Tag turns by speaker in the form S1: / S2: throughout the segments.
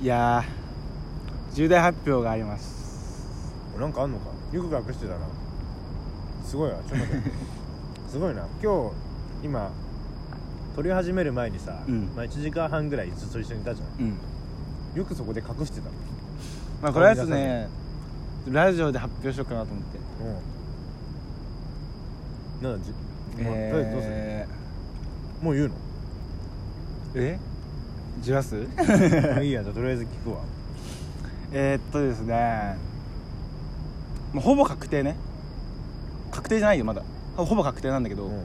S1: いやー重大発表があります
S2: なんかあんのかよく隠してたなすごいわちょっと待って すごいな今日今撮り始める前にさ、
S1: うん
S2: まあ、1時間半ぐらいずっと一緒にいたじゃん
S1: うん
S2: よくそこで隠してたの
S1: まあこれはですねラジオで発表しようかなと思って
S2: うんなんだじ、まあとりあえずどうする
S1: え
S2: もう言う
S1: ー、えじら す
S2: の いいやじゃあとりあえず聞くわ
S1: えーっとですねもうほぼ確定ね確定じゃないよまだほほぼ確定なんだけど、
S2: うん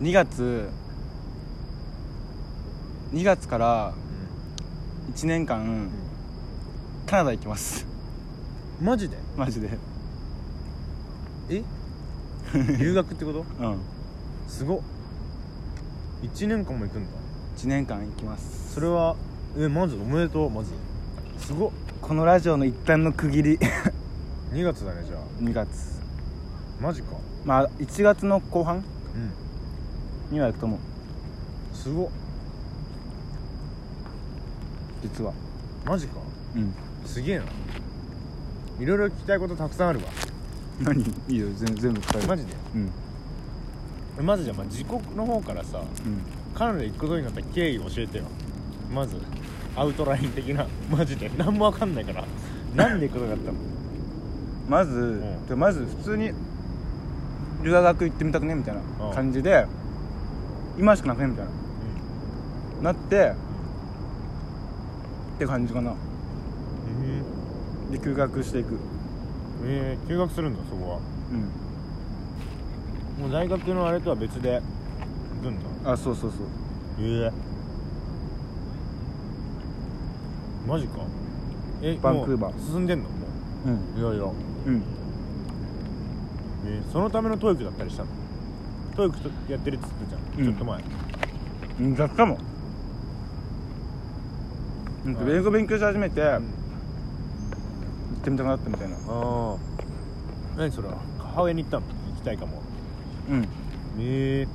S1: 2月2月から1年間、カナダ行きます
S2: うんマジで
S1: マジで
S2: え留学ってこと
S1: うん
S2: すごっ1年間も行くんだ
S1: 1年間行きます
S2: それはえまずおめでとうまずすごっ
S1: このラジオの一旦の区切 り
S2: 2月だねじゃあ
S1: 2月
S2: マジか
S1: まあ1月の後半
S2: うん
S1: には行くと思う
S2: すごっ
S1: 実は
S2: マジか
S1: うん
S2: すげえな色々聞きたいことたくさんあるわ
S1: 何いいよ全全部伝える
S2: マジで
S1: うん
S2: えまずじゃあ、まあ、自国の方からさ
S1: うん
S2: カナダ行くことになった経緯を教えてよまずアウトライン的なマジで何も分かんないからなんで行くことになっ
S1: まず、
S2: ん
S1: でまず普通に留学行ってみたくねみたい
S2: うん
S1: な感じで、今しかなくねみたい
S2: た
S1: なな
S2: の、
S1: ってって感じかな
S2: うん、
S1: で休学していく
S2: えー、休学するんだそこは
S1: うん
S2: もう大学のあれとは別で行くんだ
S1: あそうそうそう
S2: ええマジかえ
S1: バンクーバー
S2: もう進んでんのも
S1: うん
S2: ういろいろ
S1: うん
S2: えーそのためのトイックだったりしたのトイックとやってるっつってたじゃん、
S1: うん
S2: ちょっと前
S1: うん雑かもなんか英語勉強し始めて行ってみたくなったみたいな
S2: ああ何それは母親に行ったの行きたいかも
S1: うん
S2: え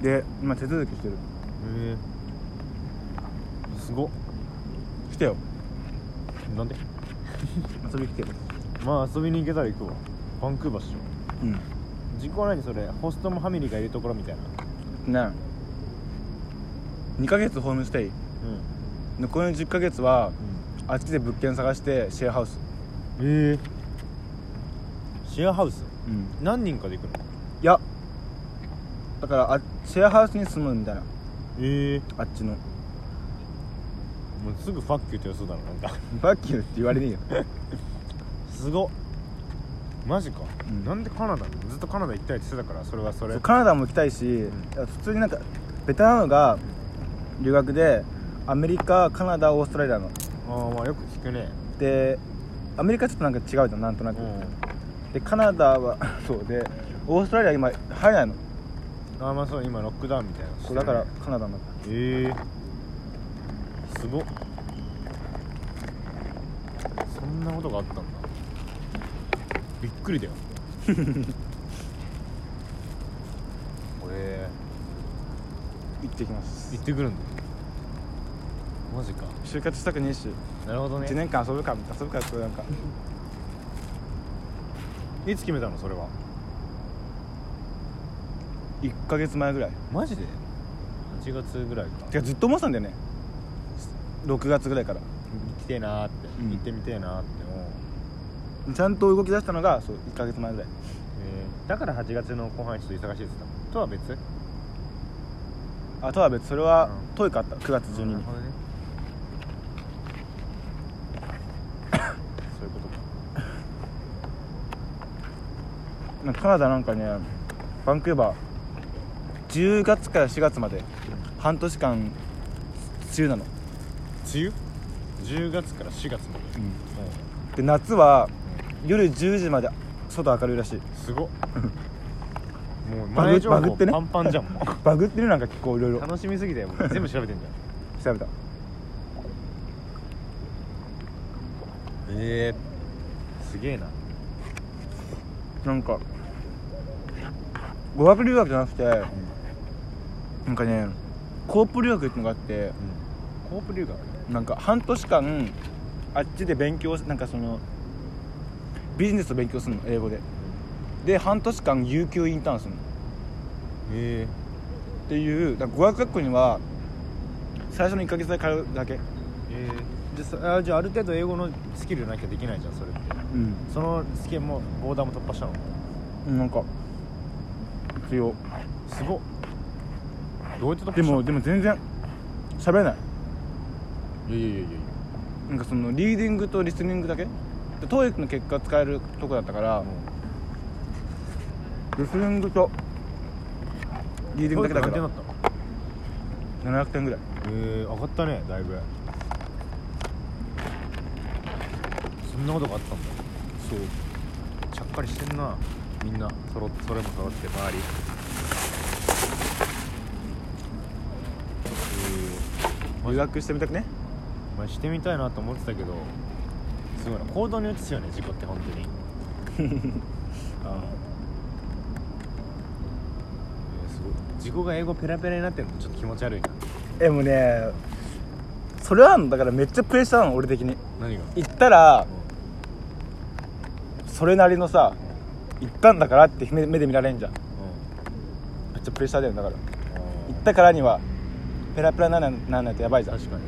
S2: ー、
S1: で今手続きしてる
S2: えー、すごっ
S1: 来てよ
S2: なんで
S1: 遊び来てよ
S2: まあ遊びに行けたら行くわバンクーバーっしよ
S1: うん
S2: う人口何それホストもファミリーがいるところみたいな
S1: ねえ2ヶ月ホームステイ
S2: うん、
S1: 残りの10ヶ月はあっちで物件探してシェアハウス
S2: ええシェアハウス
S1: うん
S2: 何人かで行くの
S1: いやだからあシェアハウスに住むみたいな
S2: ええ
S1: あっちの
S2: もうすぐファッキューって予想だななんか
S1: バッキューって言われねえよ
S2: すごっマジか、
S1: うん
S2: なんでカナダずっとカナダ行きたいって言ってたからそれはそれ
S1: そうカナダも行きたいし、普通になんかベタなのが留学でアメリカカナダオーストラリアの
S2: ああまあよく聞くね
S1: でアメリカちょっとなんか違うじゃんなんとなく、
S2: うん
S1: でカナダは そうでオーストラリア今入れないの
S2: ああまあそう今ロックダウンみたいなのして
S1: そ
S2: る
S1: う
S2: ね
S1: だからカナダになっ
S2: ええすごっそんなことがあったんだびっ くりだよ俺
S1: 行ってきます
S2: 行ってくるんだマジか
S1: 就活したくねえし
S2: なるほど
S1: 1年間遊ぶかみたいな遊ぶかってなんか
S2: いつ決めたのそれは
S1: 1ヶ月前ぐらい
S2: マジで8月ぐらいか
S1: てかずっと思ってたんだよね6月ぐらいから
S2: 行きてえなーって、
S1: うん
S2: 行ってみてえなーって思う
S1: ちゃんと動き出したのがそう1ヶ月前ぐらい
S2: えーだから8月の後半ちょっと忙しいですたとは別
S1: あとは別それは
S2: うん
S1: 遠いかあった9月12日、
S2: なるほ どねそういうことか
S1: なんかカナダなんかねバンクーバー10月から4月まで半年間梅雨なの、
S2: 梅雨10月から4月まで、
S1: で夏は夜10時まで外明るいらしい
S2: うんす ごっもう
S1: バグ
S2: 前情
S1: バグ
S2: 報
S1: ってね
S2: パンパンじゃ んも
S1: バグってるなんか結構いろいうろ
S2: 楽しみすぎて僕全部調べ てんじゃん
S1: 調べた
S2: ええすげえな
S1: なんか語学留学じゃなくてなんかねコープ留学っていうのがあって
S2: コープ留学
S1: なんか半年間あっちで勉強しなんかそのビジネスを勉強するの英語でで半年間有給インターンするのっ
S2: え
S1: ていうなんか語学学校には最初の1ヶ月で通うだけ
S2: えええじゃああじゃあある程度英語のスキルなきゃできないじゃんそれって
S1: うん
S2: そのスキルもボーダーも突破したの
S1: なんか一応
S2: すごっどうやって突破した
S1: でも
S2: の
S1: でも全然喋れない
S2: いやいやいやいや
S1: なんかそのリーディングとリスニングだけで TOEIC の結果使えるとこだったからリスニングとリーディングだけだか
S2: 点だ
S1: ら
S2: った
S1: 700点ぐらい
S2: えー、上がったねだいぶそんなことがあったんだそうちゃっかりしてんなみんなそろそれも揃って周り
S1: 留学してみたくね
S2: まあしてみたいなと思ってたけどすごいな行動に移すよね事故って本当に あーえーすごい自己が英語ペラペラになってるのちょっと気持ち悪いな
S1: えもうねそれはあんのだからめっちゃプレッシャーなの俺的に
S2: 何が
S1: 行ったらそれなりのさ行ったんだからって目目で見られんじゃんめっちゃプレッシャーだよだから行ったからにはペラペラにならならないとやばいじゃん
S2: 確かに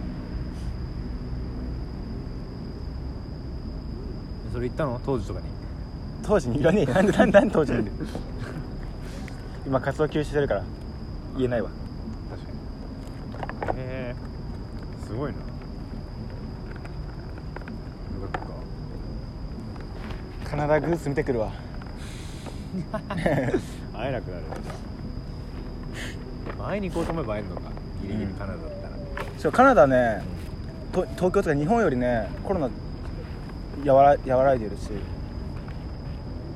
S2: それ言ったの当時とかに
S1: 当時にいらねえなんでなんでなんで当時に今活動休止してるから言えないわ
S2: 確かにへえすごいなよかっ
S1: カナダグース見てくるわ
S2: た会えなくな るよ会いに行こうと思えば会えるのかギリギリカナダだったら、
S1: そうカナダねと東京とか日本よりねコロナ和ら和らいでるし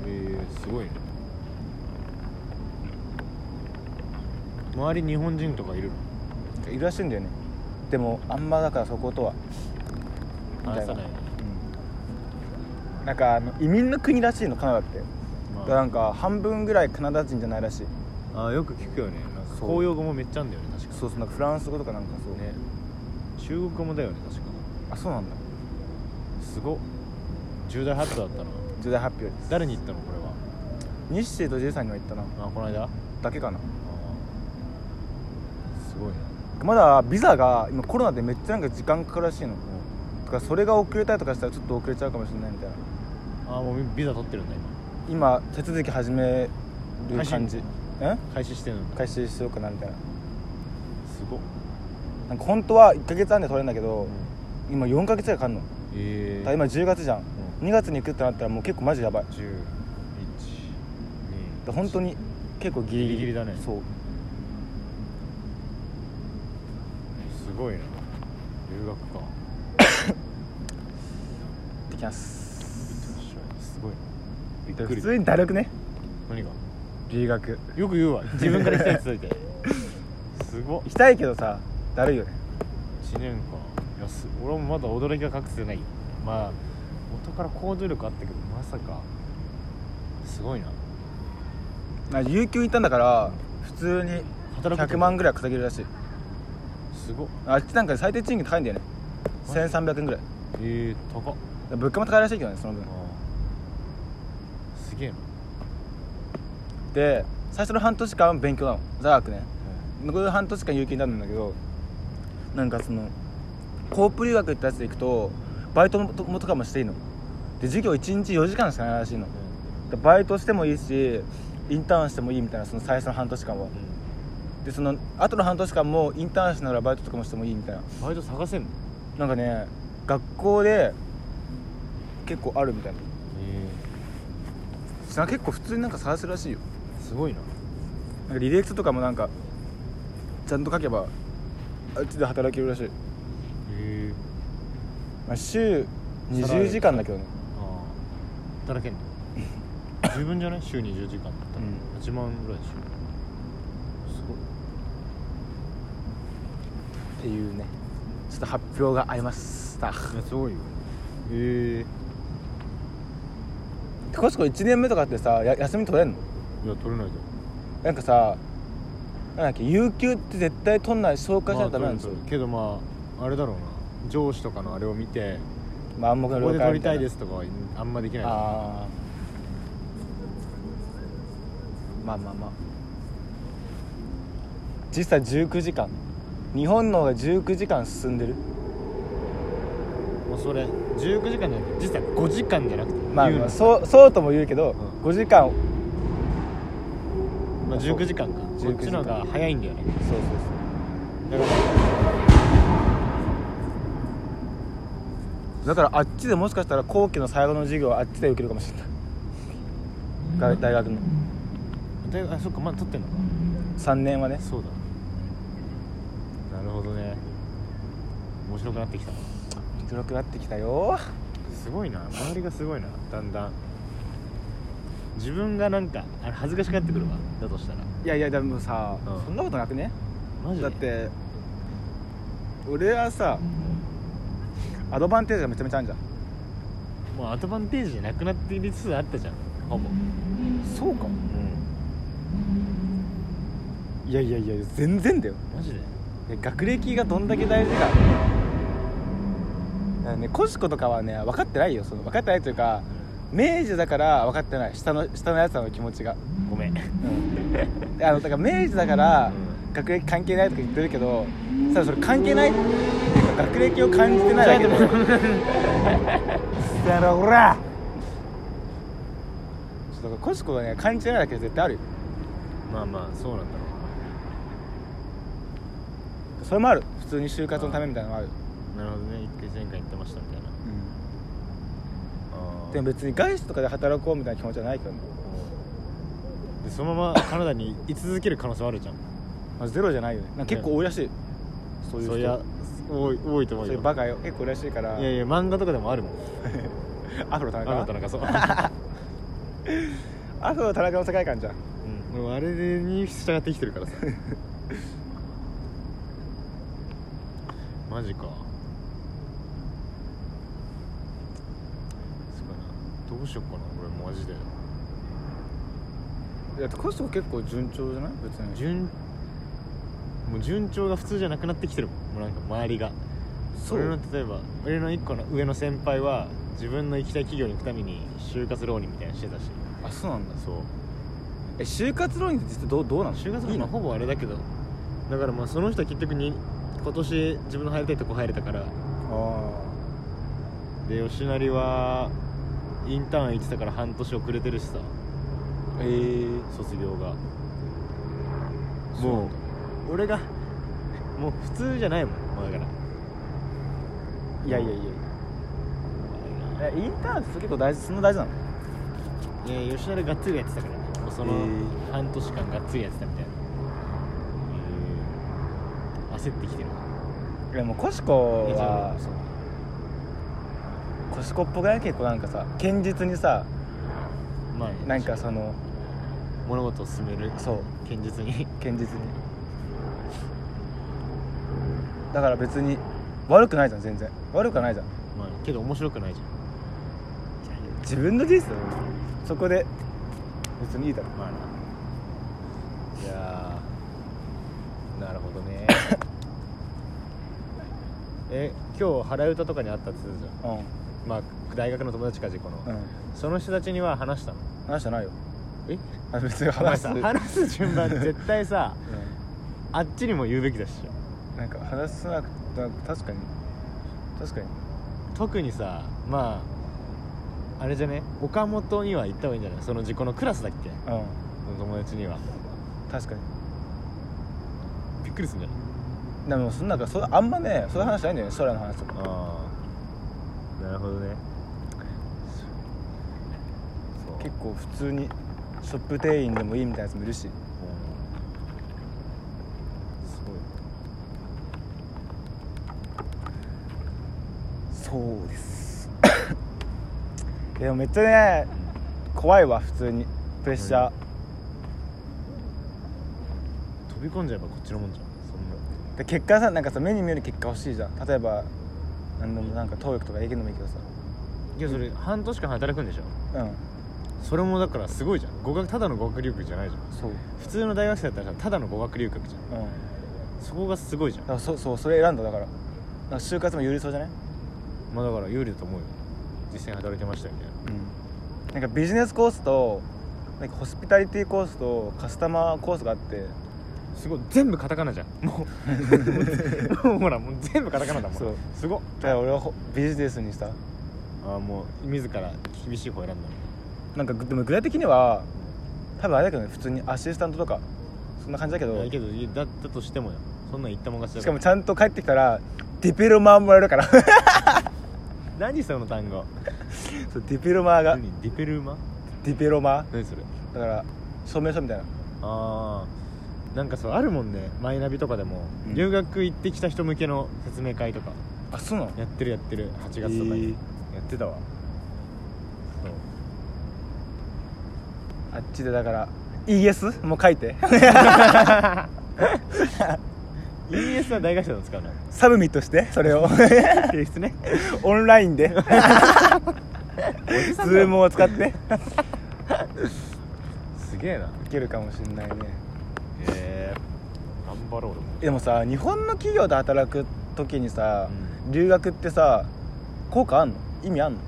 S2: ええすごいね周り日本人とかいるの
S1: いるらしいんだよねでもあんまだからそことはみたい
S2: 話さない
S1: うんなんかあの移民の国らしいのカナダってだからなんか半分ぐらいカナダ人じゃないらしい
S2: ああよく聞くよねなんか
S1: そう
S2: 公用語もめっちゃあんだよね確か
S1: そうそうなんかフランス語とかなんかそう、
S2: ね中国語もだよね確か
S1: あそうなんだ
S2: すごっ重大発表だったな
S1: 重大発表です
S2: 誰に言ったのこれは
S1: ニッシーとジェイさんには言ったな
S2: あこの間あ
S1: だけかな
S2: ーすごい
S1: ま
S2: な
S1: だビザが今コロナでめっちゃなんか時間かかるらしいのだからそれが遅れたりとかしたらちょっと遅れちゃうかもしれないみたいな
S2: あーもうビザ取ってるんだ
S1: 今手続き始める感じうん
S2: 今開始してるんだ
S1: 開始しようかなみたいな
S2: すごっ
S1: なんか本当は1ヶ月半で取れるんだけど今4ヶ月ぐらいかかんの
S2: え
S1: だから今10月じゃん2月に行くってなったらもう結構マジやばい
S2: 1 1
S1: で本当に結構ギリギリ
S2: ギリギリだね
S1: そう
S2: すごいな留学か
S1: できます
S2: すごいなびっく
S1: 普
S2: り
S1: 通にだるくね
S2: 何が
S1: 留学
S2: よく言うわ自分から来たやついてすごっ
S1: 行きたいけどさだるいよね
S2: 1年かいやす俺もまだ驚きが隠せないまあ元から行動力あったけどまさかすごいな
S1: なんか有給行ったんだから普通に
S2: 働く
S1: 100万ぐら
S2: ら
S1: い稼げるらしい
S2: いすごっ
S1: あっちなんか最低賃金高いんだよね
S2: マジ
S1: 1300円ぐらい
S2: えー、高っ
S1: 物価も高いらしいけどねその分
S2: あすげえな
S1: で最初の半年間は勉強なの座学ね残りの半年間有給になるんだけどなんかそのコープ留学ってやつで行くとバイトもともとかもしていいので授業1日4時間しかないらしいのでバイトしてもいいしインターンしてもいいみたいなその最初の半年間はでその後の半年間もインターンしながらバイトとかもしてもいいみたいな
S2: バイト探せんの
S1: なんかね学校で結構あるみたいな
S2: え
S1: なんか結構普通になんか探せるらしいよ
S2: えすごいな
S1: なんか履歴書とかもなんかちゃんと書けばあっちで働けるらしい、
S2: ええ
S1: まあ、週
S2: サラ
S1: 20
S2: リー
S1: 時間だけどね
S2: ああ働けんの十分じゃない週20時間だったら、
S1: う
S2: 8万ぐらいでしょすごい
S1: っていうねちょっと発表がありました
S2: いやすごいよえ
S1: コシコ1年目とかってさや休み取れんの
S2: えいや取れないじゃん
S1: なんかさなんだっけ有給って絶対取んない消化しちゃダメなんですよ
S2: まあ取る取るけどまああれだろうな上司とかのあれを見て
S1: まあ暗黙
S2: こ
S1: の
S2: こで
S1: 了
S2: 撮
S1: 解
S2: り
S1: み
S2: た
S1: た
S2: い
S1: いな
S2: ですとかはあんまできないな
S1: ああまあまあまあ実際19時間日本の方が19時間進んでる
S2: もうそれ19時間じゃなくて実は5時間じゃなくて
S1: まあ、
S2: 言う
S1: まあ、
S2: の
S1: そうそうとも言うけど、
S2: う
S1: 5時間
S2: まあ、19時間か
S1: 19時間
S2: こっちの方が早いんだよね
S1: そうそう
S2: だから
S1: そうだからあっちでもしかしたら後期の最後の授業はあっちで受けるかもしれないが大学の
S2: であそっかまだ撮ってんのか
S1: 3年はね
S2: そうだなるほどね面白くなってきた
S1: 黒くなってきたよ
S2: すごいな周りがすごいなだんだん自分がなんかあれ恥ずかしくなってくるわだとしたら
S1: いやいやでもさ、
S2: うん
S1: そんなことなくね
S2: マジ
S1: だ
S2: で
S1: って俺はさアドバンテージがめちゃめちゃあるじゃん
S2: もうアドバンテージじゃなくなっていつつあったじゃんほぼ
S1: そうか
S2: うんいやいやいや
S1: 全然だよ
S2: マジで
S1: 学歴がどんだけ大事かだからねコシコとかはね分かってないよその分かってないというか明治だから分かってない下の下のやつらの気持ちが、
S2: ごめん
S1: うん、 あのだから明治だから学歴関係ないとか言ってるけどただそれ関係ないっていうか学歴を感じてないだけで
S2: ちょっと待
S1: だろほらちょっとだからコシコがね感じてないだけで絶対あるよ
S2: まあまあそうなんだろ
S1: それもある普通に就活のためみたいなのもある、
S2: うなるほどね一回前回言ってましたみたいなあー
S1: でも別に外資とかで働こうみたいな気持ちはないけどね
S2: でそのままカナダに居続ける可能性はあるじゃん
S1: まあ、ゼロじゃないよねなんか結構多いらしい、そういう人
S2: そりゃ多い多いと思
S1: そうういう
S2: よ
S1: バカよ結構多いらしいから
S2: いやいや漫画とかでもあるもん
S1: アフロ田
S2: あなた
S1: 中
S2: なんかそう
S1: アフロ田中の世界観じゃん
S2: うんもうあれに従って生きてるからさ マジかそうかなどうしよっかな俺マジで
S1: いやコストコ結構順調じゃない別に
S2: 順もう順調が普通じゃなくなってきてるもんもうなんか周りが
S1: そう
S2: 俺の例えば俺の一個の上の先輩は自分の行きたい企業に行くために就活浪人みたいなのしてたし
S1: あそうなんだ
S2: そう
S1: え就活浪人って実際どうどうなの
S2: 就
S1: い
S2: 活
S1: い
S2: 浪人
S1: の
S2: ほぼあれだけどだからまあその人は結局に今年自分の入りたいとこ入れたか
S1: あ
S2: らで吉成はインターン行ってたから半年遅れてるしさ
S1: あええー、
S2: 卒業が
S1: そうなん
S2: も
S1: だ
S2: う俺がもう普通じゃないもんもうだか
S1: い
S2: ら
S1: やいやいやいやインターンって結構大事そんな大事なの
S2: いや吉成がっつりやってたからねもうその
S1: へー
S2: 半年間がっつりやってたみたいな、焦ってきてるわ
S1: いやもうコシコ
S2: えじゃ
S1: は
S2: あそう
S1: コシコっぽくない結構なんかさ堅実にさ
S2: まあね
S1: なんかその
S2: 物事を進める
S1: そう
S2: 堅実に
S1: 堅実にだから別に悪くないじゃん全然悪くはないじゃん
S2: まあけど面白くないじ
S1: 自分の人生だよそこで別にいいだろ
S2: ゃんまあないやーなるほど ねえ今日腹歌とかにあったっつうじゃん
S1: う
S2: まあ大学の友達かじこの、
S1: んうん
S2: その人たちには話したの
S1: 話じゃないよ
S2: え
S1: あ別に
S2: お前
S1: 話す、
S2: さ
S1: うん、
S2: 話す順番絶対さあっちにも言うべきだっしょ
S1: なんか話さなくて確かに確かに
S2: 特にさまああれじゃね岡本には行った方がいいんじゃないその自己のクラスだっけ
S1: うん
S2: 友達には
S1: 確かに
S2: びっくりするんじゃない
S1: でもそんなんかそあんまねそういう話ないんだよね将来の話とか
S2: ああなるほどねそう
S1: 結構普通にショップ店員でもいいみたいなやつもいるし
S2: すごい
S1: そうですでもめっちゃね怖いわ普通にプレッシャー、
S2: 飛び込んじゃえばこっちのもんじゃんそんな
S1: で結果さなんかさ目に見える結果欲しいじゃん例えば何でもなんか TOEIC とか英検でもいいけどさ
S2: いやそれ半年間働くんでしょ
S1: うん
S2: それもだからすごいじゃん語学ただの語学留学じゃないじゃん
S1: そううん
S2: 普通の大学生だったらさただの語学留学じゃん
S1: だか
S2: そこがすごいじゃん
S1: らそそうそれ選んだだからなんか就活も有利そうじゃない、
S2: まあだから有利だと思うよ実際に働いてましたよね
S1: なんかビジネスコースとなんかホスピタリティコースとカスタマーコースがあって
S2: すごい全部カタカナじゃんも うもうほらもう全部カタカナだもん
S1: そう
S2: すごっ
S1: だから俺はほビジネスにした
S2: ああもう自ら厳しい方選んだ
S1: なんかぐでも具体的には多分あれだけどね普通にアシスタントとかそんな感じだけ
S2: の
S1: ど
S2: いやけどいやだったとしてもよそんなん言ったもん勝ちだ
S1: しかもち
S2: ゃ
S1: ゃんと帰ってきたらディペロマーもらえるから そ
S2: 何その単語
S1: うディペロマーが
S2: 何ディペルーマ
S1: ディペロマ
S2: 何それ
S1: ーだから証明書みたいな
S2: ああなんかそうあるもんねマイナビとかでも、
S1: うん
S2: 留学行ってきた人向けの説明会とか
S1: あそうなの
S2: やってるやってる8月とか
S1: え
S2: に
S1: ー
S2: やってたわ、そ
S1: あ
S2: う
S1: っちでだから ES もう書いて
S2: ES は大学生の使うの
S1: サブミットしてそれ を
S2: 提出ね
S1: オンラインでズ
S2: だ
S1: ームを使って
S2: すげえな
S1: 受けるかもしんないね
S2: へえ頑張ろう俺も
S1: でもさ日本の企業で働く時にさ、留学ってさ効果あんの意味あんの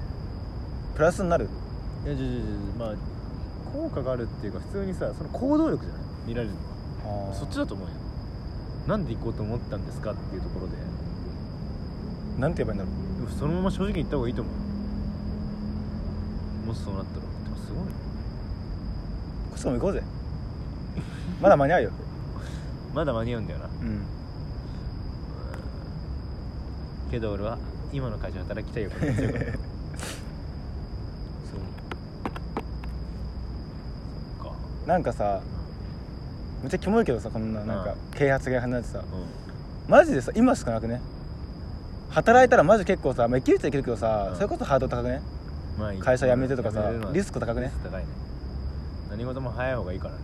S1: プラスになる
S2: いやじゃじゃじゃまあ効果があるっていうか普通にさその行動力じゃない見られるのはそっちだと思うよなんで行こうと思ったんですかっていうところで
S1: なんて言えばいいんだろ
S2: でもそのまま正直に言った方がいいと思うもしそうなったらでもすごいな
S1: うこっちも行こうぜまだ間に合うよ
S2: まだ間に合うんだよな
S1: うん
S2: けど俺は今の会社で働きたいよこれ強い からそうそっか
S1: なんかさめっちゃキモいけどさこんななん
S2: う
S1: か
S2: ん
S1: 啓発が離れてさ
S2: うん
S1: マジでさ今しかなくね働いたらマジ結構さ、まあ、生きる人は生きるけどさ、
S2: うん
S1: それこそハードル高くね
S2: まあいい
S1: 会社辞めてとかさ
S2: 辞めるのは
S1: リスク高くね
S2: リスク高いね何事も早い方がいいからね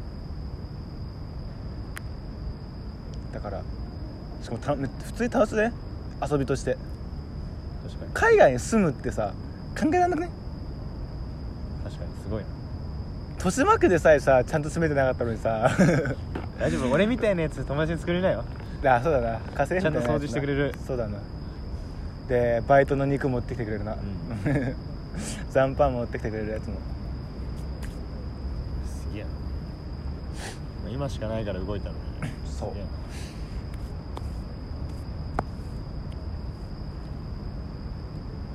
S1: だからしかもため普通に楽しいね遊びとして
S2: 確かに
S1: 海外に住むってさ考えらんなくね
S2: 確かにすごいな
S1: 豊島区でさえさちゃんと住めてなかったのにさ
S2: 大丈夫俺みたいなやつ友達に作れないよ
S1: あそうだな火星みたいなやつな
S2: ちゃんと掃除してくれる
S1: そうだなでバイトの肉持ってきてくれるな、
S2: ん
S1: 残飯持ってきてくれるやつも
S2: すげえなまあ今しかないから動いたの
S1: そう
S2: すげえな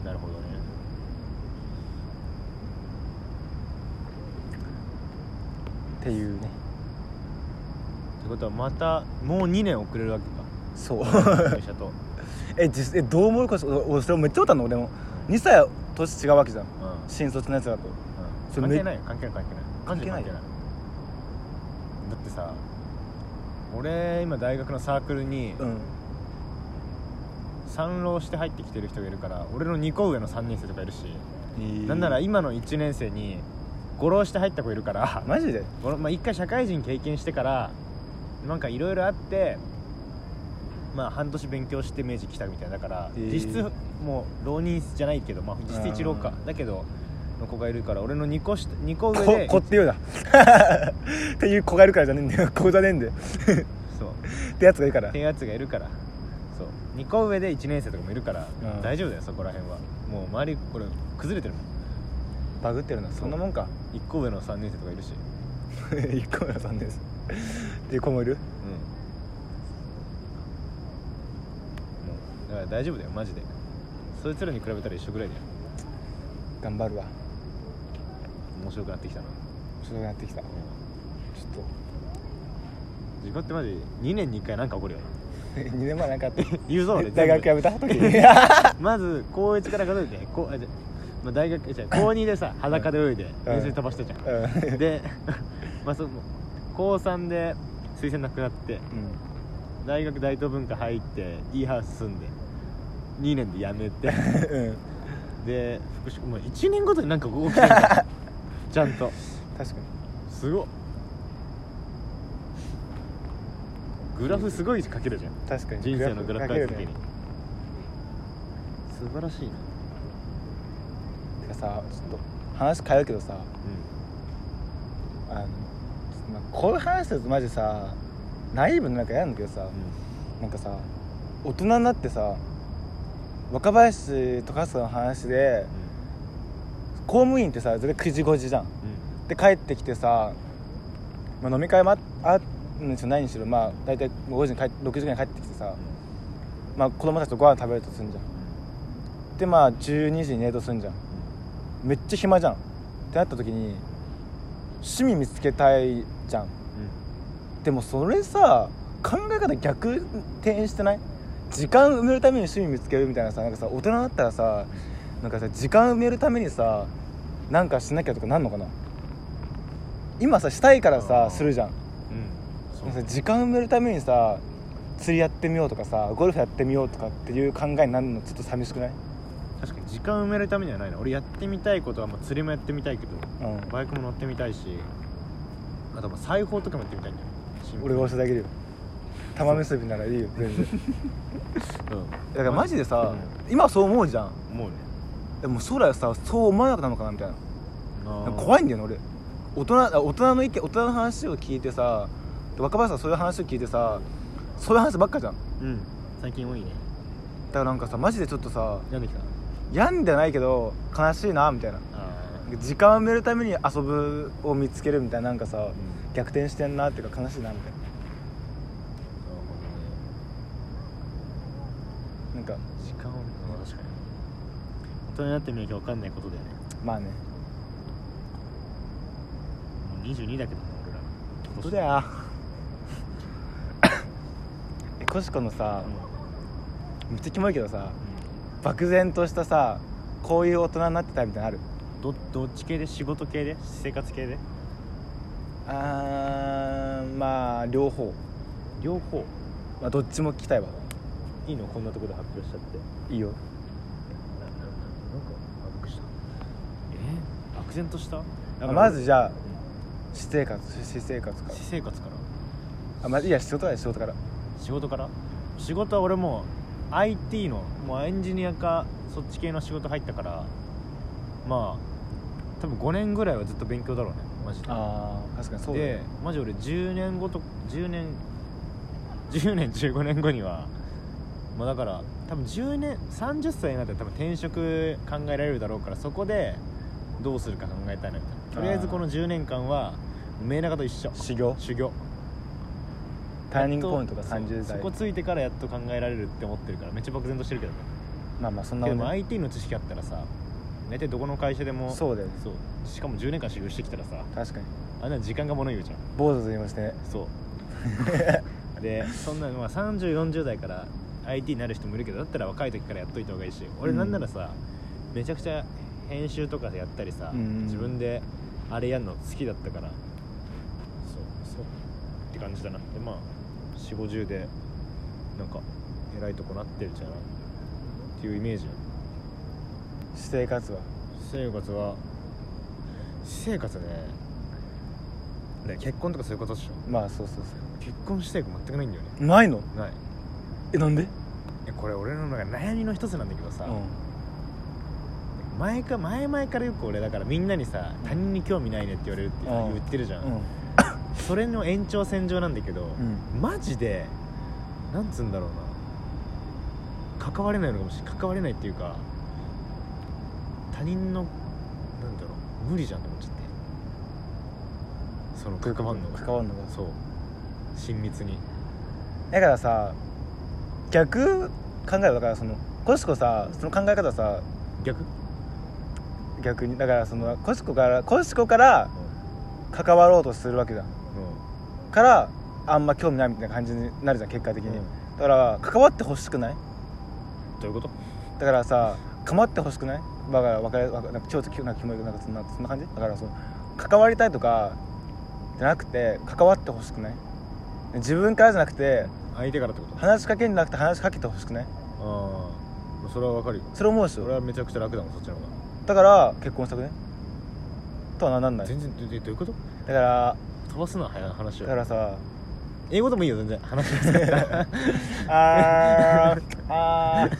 S2: なるほどね
S1: っていうね
S2: ってことはまたもう2年遅れるわけ
S1: そう
S2: か会社と
S1: え実えどう思うかそおそれめっちゃ思ったの俺も2歳年違うわけじゃん
S2: うん、うん
S1: 新卒のやつだとそれ
S2: 関
S1: め
S2: 係ないよ関係ない関係ない
S1: 関係ない
S2: だってさ俺今大学のサークルに
S1: うん
S2: 三浪して入ってきてる人がいるから俺の2個上の3年生とかいるし、なんなら
S1: い
S2: 今の1年生に五浪して入った子いるから
S1: マジで
S2: このまあ、一回社会人経験してからなんかいろいろあってまあ半年勉強して明治来たみたいなだから、
S1: へー
S2: 実質もう浪人じゃないけど、まあ、実質一浪か
S1: あー
S2: だけどの子がいるから俺の2個下二個上
S1: こ
S2: で
S1: こって言うな っていう子がいるからじゃねえんだよ 子じゃねえんだよ
S2: そう
S1: ってやつがいるから
S2: ってやつがいるからそう2個上で1年生とかもいるから、
S1: うん
S2: 大丈夫だよそこら辺はもう周りこれ崩れてるもん
S1: バグってるなそんなもん か
S2: 1個上の3年生とかいるし
S1: 一個目の3ですっていう子もいる
S2: うんもうだから大丈夫だよマジでそいつらに比べたら一緒ぐらいだよ
S1: 頑張るわ
S2: 面白くなってきたな
S1: ちょっとなってきたちょっと
S2: 時間ってマジ2年に1回なんか起こるよ な
S1: 2年前なんかあって
S2: 言うぞ俺
S1: 大学辞
S2: 全
S1: めた時
S2: 部まず高1から数えてこうあじゃまあ、大 学じゃ高2でさ裸で泳いで練習飛ばしたじゃん、
S1: うん
S2: で まあその高3で推薦なくなって大学大東文化入っていいハウス住んで2年で辞めて
S1: うんうん
S2: で福祉もう1年ごとになんか動きてるからちゃんと
S1: 確か
S2: すごっグラフすごい書けるじゃん
S1: に確かに
S2: 人生のグラフ描いた時
S1: 書ける
S2: に
S1: ね
S2: 素晴らしいな
S1: てかさちょっと話変えるけどさあの、まあ、こういう話するとマジさナイーブになんかやるんだけどさ、
S2: う
S1: なんかさ大人になってさ若林と春日の話で公務員ってさ絶対9時5時じゃんで帰ってきてさ、まあ、飲み会もああるんですよないにしろまあ大体もう5時に帰っ6時ぐらいに帰ってきてさ、まあ、子供たちとご飯食べるとすんじゃんでまあ12時に寝るとすんじゃんめっちゃ暇じゃんってなった時に趣味見つけたいじゃんでもそれさ考え方逆転してない時間埋めるために趣味見つけるみたいなさなんかさ大人だったらさなんかさ時間埋めるためにさなんかしなきゃとかなんのかな今さしたいから
S2: あ
S1: さ
S2: ー
S1: するじゃん
S2: そう
S1: なんかさ時間埋めるためにさ釣りやってみようとかさゴルフやってみようとかっていう考えになるのちょっと寂しくない、
S2: 確かに時間埋めるためにはないな俺やってみたいことは、まあ、釣りもやってみたいけど
S1: うん、
S2: バイクも乗ってみたいしあとまあ裁縫とかもやってみたいんだよねシンプル
S1: 俺が教えてあげるよ玉結びならいいよ全然
S2: うん
S1: だからマジでさ、今そう思うじゃん
S2: 思うね
S1: でも将来さそう思わなくなるのかなみたいななんか怖
S2: い
S1: いんだよね俺大人あ大人の意見大人の話を聞いてさで若林さんそういう話を聞いてさそういう話ばっかじゃんだ
S2: うん最近多いね
S1: からなんかさマジでちょっとさ
S2: やんできた
S1: 病んではないけど悲しいなみたいな
S2: あー
S1: 時間を埋めるために遊ぶを見つけるみたいななんかさ
S2: うん
S1: 逆転してんなっていうか悲しいなみたいななんか
S2: 時間を確かに大人になってみなきゃ分かんないことだよね
S1: まあね
S2: もう22だけどね俺ら
S1: 本当だよ えコシコのさ
S2: うん
S1: めっちゃキモいけどさ漠然としたさこういう大人になってたみたいなのある
S2: どどっち系で仕事系で生活系で
S1: あーまあ両方、
S2: 両方
S1: まあ、どっちも聞きたいわ
S2: いいのこんなとこで発表しちゃって
S1: いいよ
S2: なんかあくしたえ漠然とした
S1: あまずじゃあ
S2: うん
S1: 私生活私生活から
S2: 私生活から
S1: あ、まあ、いや仕事だよ仕事から
S2: 仕事から仕事は俺もう IT のもうエンジニアかそっち系の仕事入ったからまあ多分5年ぐらいはずっと勉強だろうねマジで
S1: ああ確かにそうだ
S2: で
S1: ね
S2: マジ俺10年後と10年10年15年後にはまあだから多分10年30歳になったら多分転職考えられるだろうからそこでどうするか考えたいなみたいなとりあえずこの10年間はメーナカと一緒
S1: 修行
S2: 修行
S1: ターニングポイントが
S2: やっと
S1: 30
S2: そう
S1: 代
S2: そこついてからやっと考えられるって思ってるからめっちゃ漠然としてるけどね
S1: まあまあそんな
S2: で
S1: も
S2: も
S1: んね
S2: IT の知識あったらさ大体どこの会社でも
S1: そうだよね
S2: そうしかも10年間修行してきたらさ
S1: 確かに
S2: あんなの時間が物言うじゃん
S1: 坊主と言いましてね
S2: そ うでそんなのまあ3040代から IT になる人もいるけどだったら若い時からやっといた方がいいし俺
S1: うん
S2: なんならさ、めちゃくちゃ編集とかでやったりさ、
S1: うんうん
S2: 自分であれやるの好きだったからそうそうって感じだなでまあ4 5 0でなんか偉いとこなってるじゃなっていうイメージ
S1: 私生活は
S2: 私生活は私生活ねね結婚とかそういうことでしょ
S1: まあそうそうそ
S2: 結婚したい子全くないんだよね
S1: うないの
S2: ない
S1: えなんで
S2: いやこれ俺のなんか悩みの一つなんだけどさ、
S1: う
S2: 前か前々からよく俺だからみんなにさ他人に興味ないねって言われるって
S1: うん
S2: 言ってるじゃん、
S1: んうん
S2: それの延長線上なんだけど、
S1: うん
S2: マジでなんつうんだろうな関われないのかもしれない関われないっていうか他人のなんだろう無理じゃんと思っちゃってその関わんのが
S1: 関わんのが
S2: そう親密に
S1: だからさ逆考えはだからそのコシコさその考え方さ
S2: 逆
S1: 逆にだからそのコシコからコシコから関わろうとするわけじゃん
S2: う
S1: からあんま興味ないみたいな感じになるじゃん結果的
S2: ん、
S1: に、
S2: うん
S1: だから関わってほしくない
S2: どういうこと
S1: だからさ構ってほしくないだから分かれわかなんかちょっときなんかキモいなんかそんなそんな感じだからその関わりたいとかじゃなくて関わってほしくない自分からじゃなくて
S2: 相手からってこと
S1: 話しかけんじゃなくて話しかけてほしくない
S2: ああそれはわかるよ
S1: それ思うでし
S2: 俺
S1: ょ
S2: はめちゃくちゃ楽だもんそっちの方
S1: だから結婚したくねとはななんな
S2: が
S1: いだ
S2: 全然全然どういうこと
S1: から
S2: 飛ばすな早い話
S1: だ
S2: を
S1: から さ
S2: 英語でもいいよ全然話を 使った
S1: あーあー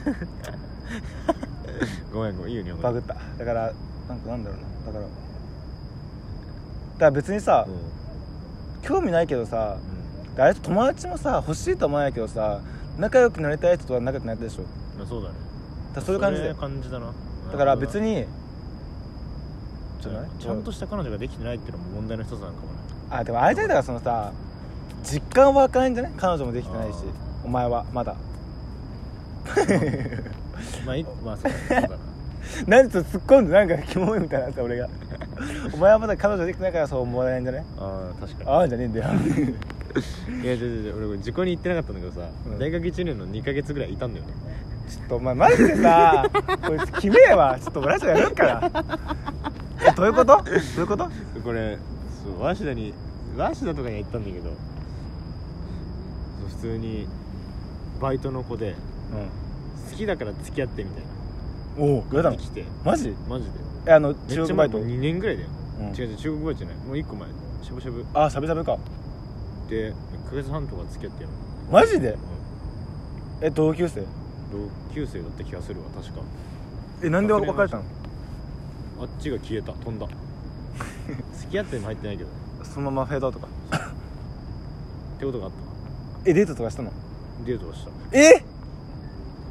S2: ごめんごめんいいよ日本語
S1: バグっただからなんかなんだろうなだからだから別にさ、
S2: うんうん
S1: 興味ないけどさあれ友達もさ欲しいと思わないけどさ仲良くなりたい人とは仲良くなりたいでしょ
S2: まあそうだね
S1: らそういう感じ
S2: そ
S1: だ
S2: れ
S1: よ
S2: 感じだな
S1: だから別
S2: に
S1: に
S2: ち
S1: じゃない
S2: ゃんとした彼女ができてないっていうのも問題の一つなのかもね
S1: あでもあれじゃないだからそのさ実感湧かないんじゃない彼女もできてないし
S2: あー
S1: お前はまだ
S2: まあいまあそうだそうだな
S1: なんで突っ込んでなんかキモいみたいなさ 俺がお前はまだ彼女できてないからそう思わないんじゃない
S2: あー確か に
S1: ああんじゃねえんだよ
S2: いや違う違う違う俺これ時効に行ってなかったんだけどさ、
S1: うん
S2: 大学1年の2ヶ月ぐらいいたんだよね
S1: ちょっとお前マジで さこいつキメえわちょっとラジオやるからえどういうことどういうこと
S2: これそう早稲田に早稲田とかには行ったんだけどそう普通にバイトの子で好きだから付き合ってみたい
S1: うんおおや
S2: な
S1: だ
S2: で
S1: の
S2: きて
S1: マジ
S2: マジで
S1: えあの
S2: め
S1: 中
S2: っちゃ
S1: 国
S2: 前
S1: バ
S2: イ
S1: イト
S2: 2年ぐらいだよ、
S1: うん
S2: 違う違う中国バイトじゃないもう1個前しゃぶしゃぶ
S1: あしゃべしゃべか
S2: で1ヶ月半とか付き合ってやる、
S1: マジで
S2: う
S1: え同級生
S2: ん、同級生だった気がするわ確か
S1: えなんで別れたの
S2: あっちが消えた飛んだ付き合っても入ってないけどね
S1: そのままフェードアウトか
S2: ってことがあった
S1: えデートとかしたの
S2: デートをした
S1: え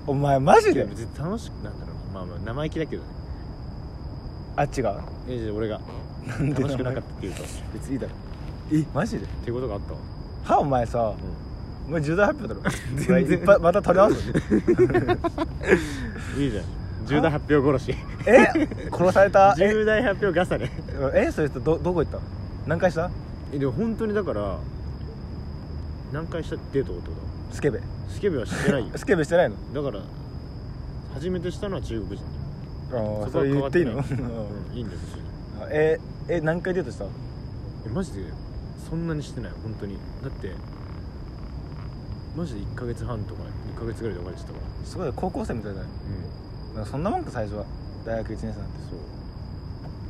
S1: お前マジ
S2: い
S1: で
S2: や別に楽しくなんだろうまあまあ生意気だけどね
S1: あっちが
S2: えじゃあ俺が
S1: んで
S2: 楽しくなかったっていうとっ
S1: 別にいいだろえマジで
S2: ていうことがあったわ、
S1: はお前さお前重大発表だろ
S2: 然
S1: いっぱいまた取り直 す
S2: いいじゃん重大発表殺し
S1: え殺されたえ
S2: 重大発表重ね
S1: えそれとどどこ行った何回した
S2: えでも本当にだから何回したデートってこ
S1: スケベ
S2: とスケベはしてないよ
S1: スケベしてないの
S2: だから初めてしたのは中国人
S1: ああ
S2: そ
S1: そ
S2: こは
S1: れ
S2: 変
S1: 言
S2: わ
S1: っ
S2: って
S1: い
S2: て
S1: い
S2: ない
S1: の
S2: うんいいんだよ別に
S1: ええ何回デートした
S2: えマジでそんなにしてない本当にだってマジで1ヶ月半とか1ヶ月ぐらいで別れてたから
S1: すごい高校生みたいだね
S2: う
S1: なんかそんなもんか最初は大学1年生なんて
S2: んそう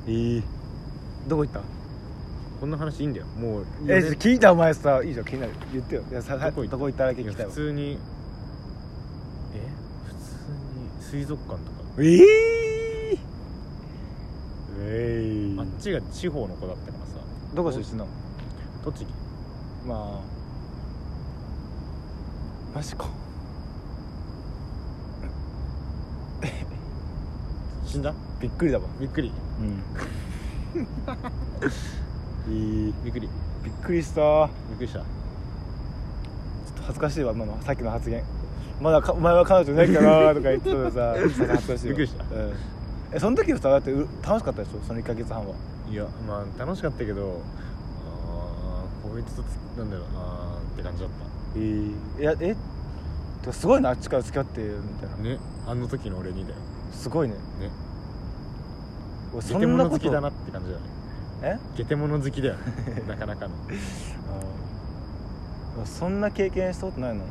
S1: ええどこ行った
S2: こんな話いいんだよもう
S1: えちょ聞いたお前さいいじゃん気になる言ってよいやささ
S2: どこ行った
S1: どこ行っただけ
S2: いや
S1: 聞きたい
S2: 普
S1: わ
S2: 通にえ普通に水族館とか
S1: えええ
S2: あっちが地方の子だったからさ
S1: どこ出身なの
S2: 栃木
S1: まあマジか
S2: 死んだ
S1: びっくりだわ
S2: びっくり
S1: うん ええ
S2: びっくり
S1: びっくりしたちょ
S2: びっくりした
S1: っと恥ずかしいわ今のさっきの発言まだかお前は彼女いないからとか言ってたの さちょっと恥ずかしいわ
S2: びっくりした
S1: うんえその時さだってう楽しかったでしょその1か月半はい
S2: やまあ楽しかったけどあーこいつとつなんだろうあーって感じだっ
S1: ええいやえてかすごいなあっちから付き合ってみたいな
S2: たねあの時の俺にだよ
S1: すごいね
S2: ね
S1: 俺
S2: ゲテ物好きだなって感じだね
S1: え
S2: ゲテ物好きだよ なかなかの
S1: あーそんな経験したことないの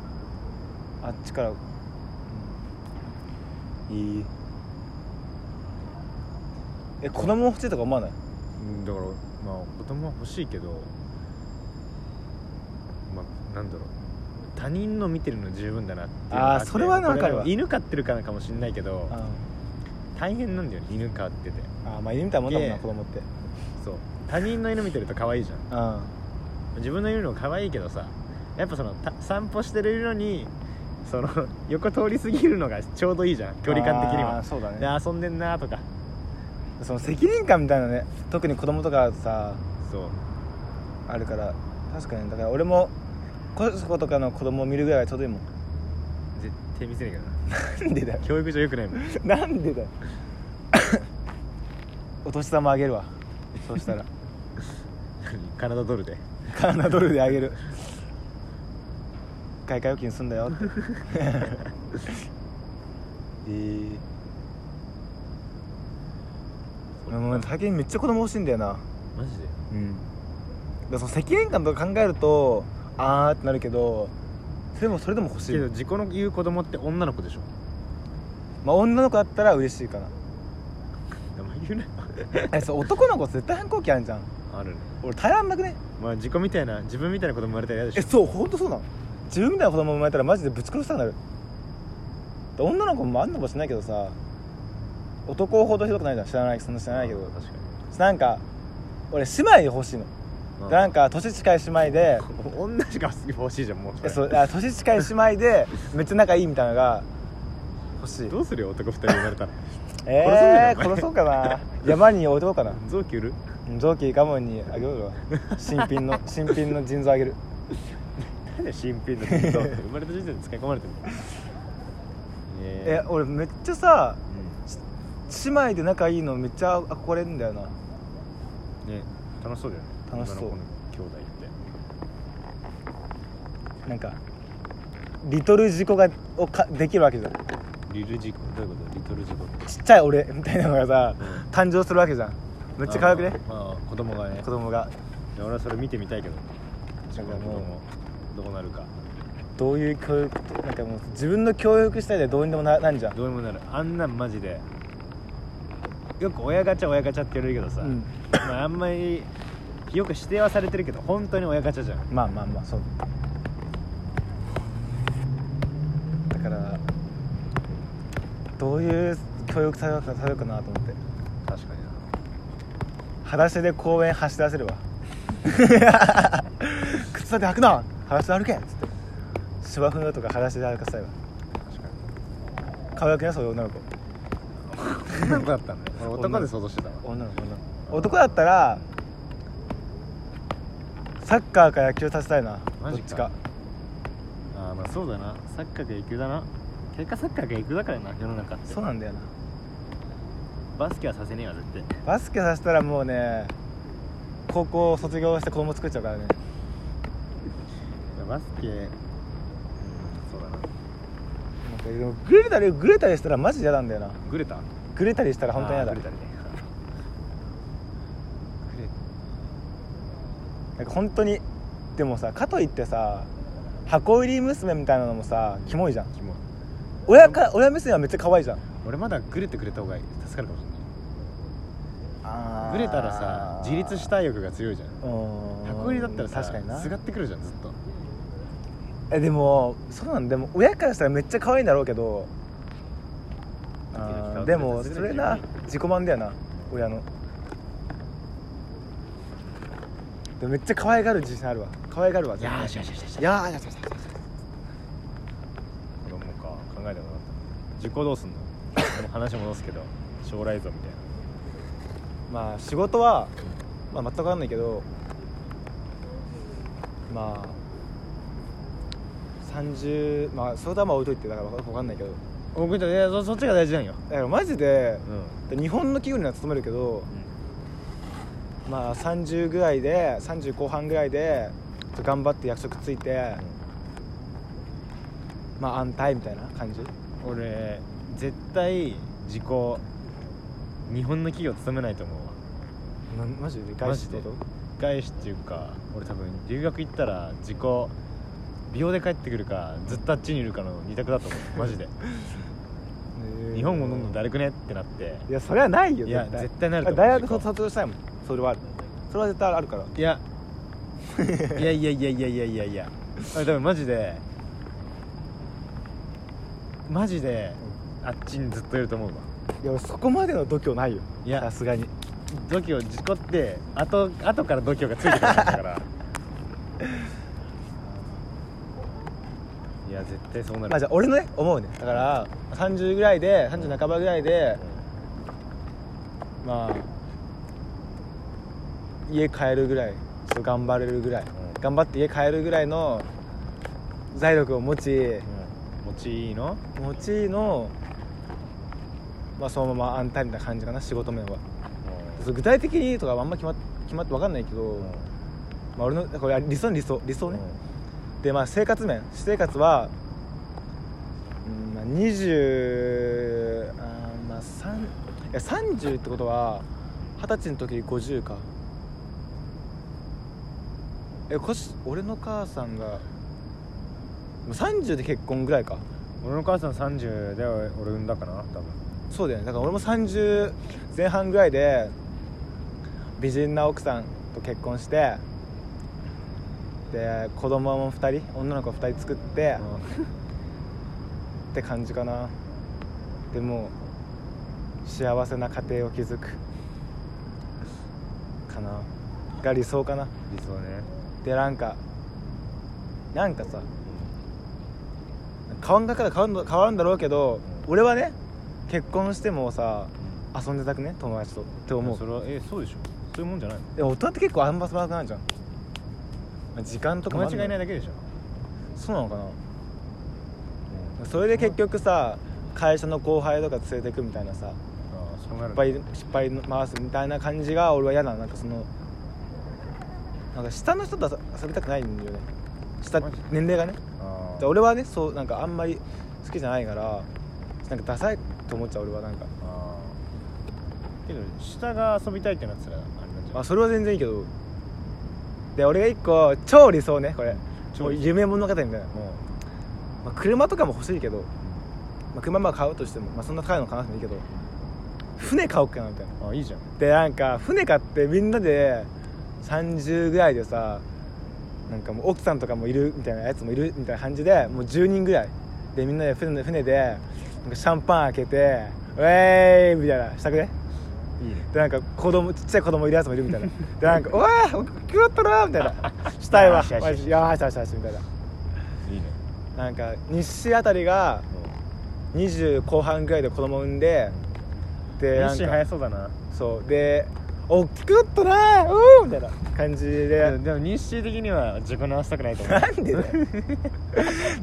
S1: あっちから、いいえ子供欲しいとか思わない
S2: うんだからまあ子供は欲しいけどまあなんだろう他人の見てるの十分だなっていうの
S1: あ
S2: が
S1: ー
S2: って
S1: それはね
S2: こ
S1: わかるわ
S2: でも犬飼ってるからかもしんないけど
S1: あ
S2: 大変なんだよね犬飼ってて
S1: ーあーまあ犬みたいなもんだもんな
S2: で
S1: 子供って
S2: そう他人の犬見てると可愛いじゃん
S1: うん
S2: 自分の犬の方が可愛いけどさやっぱそのた散歩してるのにその 横通り過ぎるのがちょうどいいじゃん距離感的に
S1: あー
S2: は
S1: そうだね
S2: で遊んでんなとか
S1: その責任感みたいなね特に子供とかさ
S2: そう
S1: あるから確かにだから俺もこそことかの子供を見るぐらいがちょうどいいもん
S2: 絶対見せないけどな
S1: なんでだよ
S2: 教育上良くないもん
S1: なんでだよ お年玉あげるわそうしたら
S2: 体ドルで
S1: カナダドルであげる 買い替え預金すんだ よってえー俺もう最近めっちゃ子供欲しいんだよな
S2: マジで
S1: うんだからその責任感とか考えるとあーってなるけどそれでもそれでも欲しい
S2: けど自己の言う子供って女の子でしょ
S1: まあ女の子だったら嬉しいかな
S2: 名前言うな
S1: えそう男の子絶対反抗期あるじゃん
S2: あるね
S1: 俺耐えらんなくね
S2: まあ自己みたいな自分みたいな子供生まれたら嫌
S1: え
S2: でし
S1: そう本当そうなの自分みたいな子供生まれたらマジでぶち殺したくなるで女の子もあんのかもしれないけどさ男ほどひどくないじゃん知らないそんな知
S2: ょ
S1: らないけど
S2: 確か
S1: なんか俺姉妹欲しいの
S2: に
S1: なんか年近い姉妹で
S2: 女しか欲しいじゃんもう
S1: えそううあ年近い姉妹でめっちゃ仲いいみたいなのが欲しい
S2: どうするよ男2人生まれたら
S1: えー、
S2: 殺
S1: 殺
S2: そ
S1: そううかな山に置いとこうかな
S2: 臓器売る
S1: 臓器ガモンにあげようよ新品 の新品の腎臓あげる
S2: なんで新品の腎臓生まれた時点で使い込まれてるの
S1: え
S2: えー
S1: 俺めっちゃさ姉
S2: う
S1: 妹で仲いいのめっちゃ憧れるんだよなん
S2: ね楽しそうだよね
S1: 楽しそう
S2: 女の子の兄弟って
S1: なんかリトル事故がをかできるわけじゃん
S2: リルジコどういうことリトルジコって
S1: ちっちゃい俺みたいなのがさ
S2: うん
S1: 誕生するわけじゃんめっちゃ可愛くね
S2: あーあー子供がね
S1: 子供が
S2: いや俺はそれ見てみたいけど
S1: だから
S2: 子
S1: も
S2: 供どうなるか
S1: うどういう教育となんかもう自分の教育したいでどうにでもななんじゃん
S2: どうにもなるあんなんマジでよく親ガチャ親ガチャって言われるけどさ、
S1: うん
S2: まあ、あんまりよく指定はされてるけど本当に親ガチャじゃん
S1: まあまあまあそうだからどういう教育されるかされるかなと思って
S2: 確かにな
S1: 裸足で公園走らせるわ 靴だって履くな裸足で歩けっつって芝生の上とか裸足で歩かせたいわ
S2: 確か
S1: 可愛くないそういう女の子
S2: に女の子だ ったのね俺男で想像してたわ
S1: 女の子女の子男だったらサッカーか野球させたいな
S2: マ
S1: ど
S2: ジ
S1: っ
S2: か
S1: ちか
S2: ああまあそうだなサッカーが育だな結果サッカーが育だからな世の中って
S1: そうなんだよな
S2: バスケはさせねえわ絶対
S1: バスケさせたらもうね高校卒業して子供作っちゃうからね
S2: バスケうんそうだな
S1: なんかでもグレたりグレたりしたらマジ嫌なんだよな
S2: グレた
S1: グレたりしたら本当に嫌だ
S2: あーグレたね グレ
S1: なんか本当にでもさかといってさ箱入り娘みたいなのもさキモいじゃん
S2: キモい
S1: 親か親目線はめっちゃ可愛いじゃん
S2: 俺まだグレてくれた方が助かるかもしれ
S1: あ
S2: ないグレたらさ自立したい欲が強いじゃん箱
S1: 箱
S2: 入りだったらさ
S1: 確かにな
S2: すがってくるじゃんずっと
S1: えでもそうなんでも親からしたらめっちゃ可愛いんだろうけどあーでもそれな自己満だよな親のでもめっちゃ可愛がる自信あるわ可愛がるわ
S2: いやー
S1: 絶
S2: し
S1: 対
S2: よしよしよし
S1: いやーいやーいやーいや
S2: 子供か考えたことなかった受講どうすんのもう話戻すけど 将来像みたい
S1: ーまあ仕事は、まあ、全く分かんないけどまあ30まあそれとはまあ置いといてだから分かんないけど
S2: な僕じゃいやそそっちが大事なんよ
S1: だからマジで
S2: うん、
S1: で日本の企業には勤めるけどまあ30ぐらいで30後半ぐらいでちょっと頑張って役職ついてまあ安泰みたいな感じ
S2: 俺絶対時効日本の企業勤めないと思うわ
S1: なマジで
S2: マ
S1: 外資
S2: ジ
S1: っ
S2: で
S1: てこと
S2: 外資っていうか俺多分留学行ったら時効秒で帰ってくるかずっとあっちにいるかの二択だと思うマジ で
S1: へー
S2: 日本もどんどんだるくねってなって
S1: いやそれはないよ
S2: いや
S1: 絶対
S2: 絶対なると思う
S1: 大学卒業したいもんそれはあるそれは絶対あるから
S2: いやいやいやいやいやいやいやいやあでもマジでマジであっちにずっといると思うわ
S1: いや俺そこまでの度胸ないよ
S2: いや
S1: さすがに
S2: 度胸事故って後後から度胸がついてくるんだから いや絶対そうなる
S1: まあじゃあ俺のね思うねだから30ぐらいで30半ばぐらいでまあ家帰るぐらいちょっと頑張れるぐらい、
S2: ん
S1: 頑張って家帰るぐらいの財力を持ち
S2: うん、持ちいいの
S1: 持ちの、まあ、そのまま安泰みたいな感じかな仕事面はそう具体的にとかはあんま決まっ決まって分かんないけど、
S2: うん
S1: まあ、俺のこれ理想理想理想ね、
S2: う
S1: でまあ生活面私生活は、うんまあ、20あーまあ3いや30ってことは二十歳の時50かえこし俺の母さんがまあ30で結婚ぐらいか
S2: ん俺の母さん30で俺産んだかな多分
S1: そうだよねだから俺も30前半ぐらいで美人な奥さんと結婚してで子供も2人女の子2人作って、って感じかなでも幸せな家庭を築くかなが理想かな
S2: 理想ね
S1: でなんかなんかさ考え方変わるんだ変わるんだろうけど
S2: うん
S1: 俺はね結婚してもさ遊んでたくね友 達とって思う
S2: それはえそうでしょそういうもんじゃないの
S1: でも大人って結構あんま遊ばなくなるじゃんまあ時間とかも
S2: 友
S1: あ
S2: 達がいない
S1: だ
S2: だけでしょ
S1: そうなのかなそれで結局さ会社の後輩とか連れてくみたいなさ
S2: ああそうなる
S1: 失敗失敗回すみたいな感じが俺は嫌なのなんかそのなんか下の人と遊びたくないんだよね下
S2: マジ
S1: 年齢がね
S2: あ
S1: で
S2: あ
S1: 俺はねそうなんかあんまり好きじゃないからなんかダサいと思っちゃう俺はなんか
S2: ああけど下が遊びたいってなったらあれなんじゃな
S1: あ
S2: い
S1: それは全然いいけどで俺が一個超理想ねこれ
S2: 超
S1: もう
S2: 理想
S1: 夢物語みたいな、ま
S2: も
S1: あ、車とかも欲しいけど、
S2: う
S1: まあ、車まあ買うとしても、まあ、そんな高いの買わなくてもいいけど船買おうかなみたいな
S2: ああいいじゃん
S1: でなんか船買ってみんなで30ぐらいでさなんかもう奥さんとかもいるみたいなやつもいるみたいな感じでもう10人ぐらいでみんなで船船でなんかシャンパン開けて「ウェーイ!」みたいなしたくね
S2: いいね
S1: でなんか子供ちっちゃい子供いるやつもいるみたいなでなんか「うわー大きくなったな」みたいな「したいわよ
S2: よし
S1: し
S2: よ
S1: よ
S2: し
S1: し
S2: よ
S1: よ
S2: し
S1: しよしよし」みたいな
S2: いいね
S1: なんか日誌あたりが20後半ぐらいで子供産んででなん
S2: 日誌
S1: か
S2: 早そうだな
S1: そうで大きくなったなーうーみたいな感じ
S2: で
S1: で
S2: でも日誌的には自分の合わせたくないと 思う
S1: なん でだよ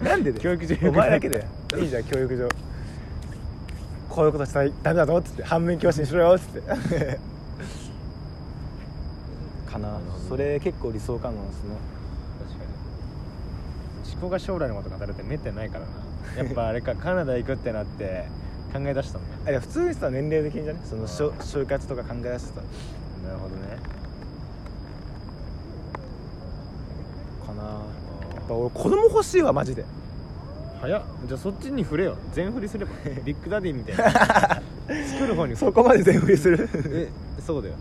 S1: なんでだよ
S2: 教育上
S1: お前だけだよいいじゃん教育上こういうことしたらダメだぞっつって反面教師にしろよっつって かな
S2: なるほどね
S1: それ結構理想感なんですね
S2: 確かに自己が将来のこと語るってめったにないから なやっぱあれかカナダ行くってなって考え出したんだ
S1: あいや普通にさ年齢的にじゃねそのしょ
S2: あー
S1: 就活とか考え出してた
S2: なるほどね
S1: かなやっぱ俺子供欲しいわマジで
S2: 早っじゃあそっちに振れよ全振り すればビッグダディみたい な作る方に
S1: そこまで全振りす
S2: え
S1: る
S2: そうだよ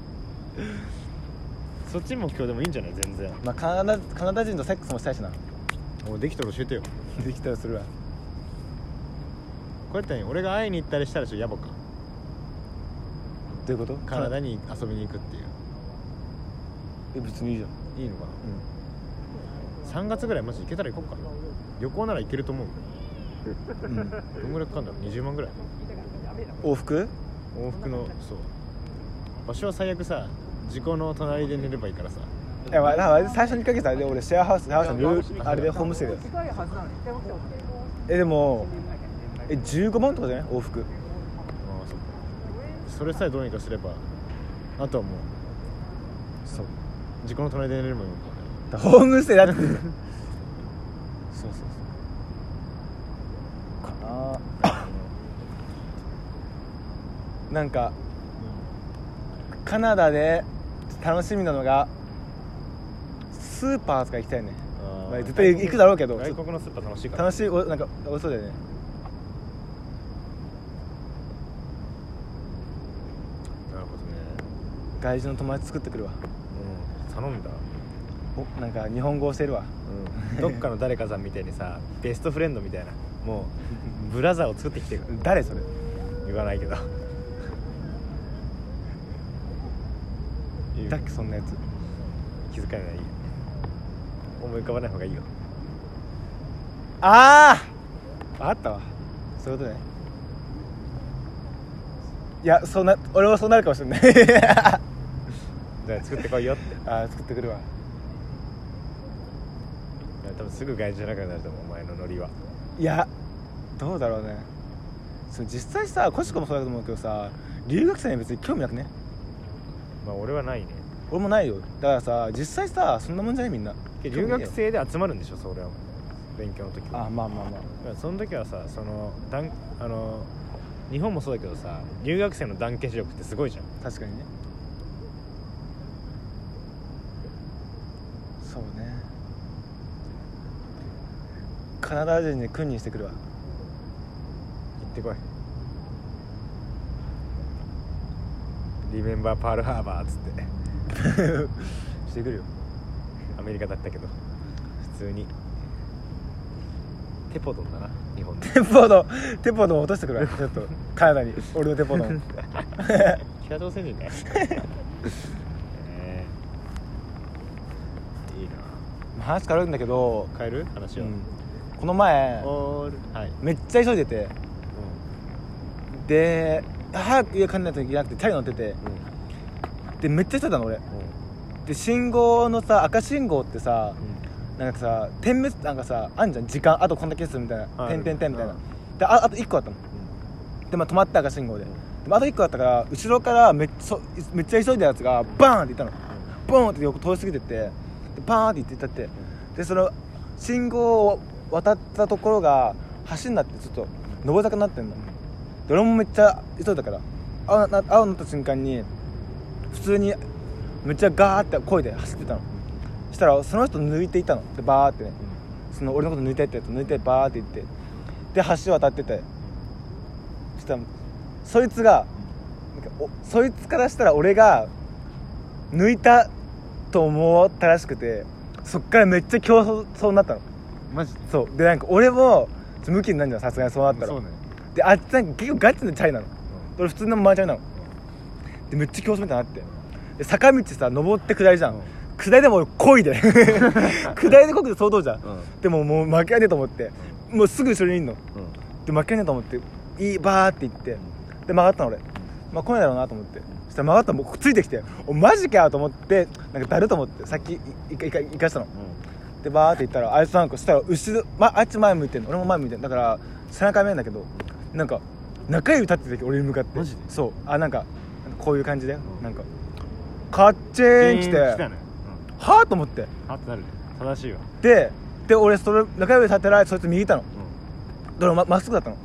S2: そっち目標でもいいんじゃない全然
S1: まあカナダカナダ人とセックスもしたいしな
S2: もうできたら教えてよ
S1: できたらするわ
S2: これって何俺が会いに行ったりしたらちょっと野暮か
S1: どういうこと
S2: カナダに遊びに行くっていう
S1: え別にいいじゃん、
S2: いいのかな3月ぐらいマジ行けたら行こうか旅行なら行けると思う
S1: うん
S2: どんぐらいかかんだろう20万ぐらい
S1: 往復
S2: 往復のそう場所は最悪さ事故の隣で寝ればいいからさ
S1: いや、まあ、だから最初にかけたで俺シェアハウスシェアハウスのルーあれでホームステイだよ
S3: 近いはずなのにでも今日
S1: えでもえ15万とかじゃない往復
S2: ああそっかそれさえどうにかすればあとはも
S1: そう
S2: う事故の隣で寝ればいいもん
S1: だからホームステイだって そうそうそうかな
S2: か
S1: なんかカナダで楽しみなのがスーパーとか行きたいね
S2: あー
S1: まあ絶対行くだろうけど
S2: 外国のスーパー楽しいから
S1: 楽しいおなんかおいしそうだよね
S2: なるほどね
S1: 外人の友達作ってくるわ
S2: うん頼んだ
S1: おなんか日本語教えるわ
S2: うんどっかの誰かさんみたいにさベストフレンドみたいなもうブラザーを作ってきてる
S1: 誰それ
S2: 言わないけど
S1: だっけそんなやつ
S2: 気づかないいいよ思い浮かばない方がいいよ
S1: あああったわそういうことねいやそうな俺もそうなるかもしれない あ
S2: じゃあ作ってこいよって
S1: ー作ってくるわ
S2: いや多分すぐ外人じゃなくなると思うお前のノリはい
S1: やどうだろうねそう実際さコシコもそうだと思うけどさ留学生には別に興味なくね
S2: まあ俺はないね
S1: 俺もないよだからさ実際さそんなもんじゃないみんな
S2: 留学生で集まるんでしょそれは勉強の時は
S1: あまあまあまあ
S2: だからその時はさその団あの日本もそうだけどさ留学生の団結力ってすごいじゃん
S1: 確かにねそうねカナダ人に君にしてくるわ
S2: 行ってこ いリメンバーパールハーバーっつって
S1: してくるよ
S2: アメリカだったけど普通にテポドンだな日本で
S1: テポドテポド落としてくるわちょっとカナダに俺のテポド
S2: 北朝鮮人だよえーいいな
S1: 話変わるんだけど、
S2: 変える話
S1: う
S2: を、
S1: んこの前
S2: オールはい、
S1: めっちゃ急いでてで早く家帰んないといけなくてチャリ乗っててでめっちゃ人だの俺で信号のさ赤信号ってさなんかさ点滅なんかさあんじゃん時間あとこんだけですみたいな
S2: あ
S1: 点
S2: る
S1: 点点みたいな
S2: う
S1: でああと1個あったのでまあ止まった赤信号ででもあと1個あったから後ろからめっちゃめっちゃ急いだやつがバーンって行ったのボーンって横通り過ぎてってでパーンって行ってったってでその信号を渡ったところが橋になってちょっと上り坂になってんので俺もめっちゃ急いだから青な青になった瞬間に普通にめっちゃガーって声で走ってたのしたらその人抜いていったのでバーってねその俺のこと抜いてってやつ抜いてバーって行ってで橋渡っててしたらそいつがなんかおそいつからしたら俺が抜いたと思ったらしくてそっからめっちゃ競争になったの
S2: マジ
S1: そうでなんか俺もちょムキになるじゃんさすがにそうなったら、
S2: そうね
S1: であっちなんか結構ガチのチャリなの俺普通のマーチャリなのでめっちゃ競争みたいになってで坂道さ登って下りじゃん、
S2: うん
S1: 下りでも俺漕いで 下りで漕ぐで相当じゃん、でももう負けやねえと思ってもうすぐ後ろにいんので負けやねえと思っていいバーって行ってで曲がったの俺、まあ、来ないだろうなと思ってそしたら曲がったらもうついてきておマジかよと思ってなんかだると思ってさっきいいかいかいかしたのでバーって行ったらあいつなんかそしたら後ろ、ま、あいつ前向いてんの俺も前向いてんのだから背中見えんだけどなんか中指立ってた時俺に向かって
S2: マジで
S1: そうあなんかこういう感じで、
S2: ん
S1: なんかカッチーン来て
S2: 来たね
S1: はあと思って
S2: あってなる正しいわ
S1: でで俺それ中指立てられてそいつ右行ったので俺ままっすぐだったの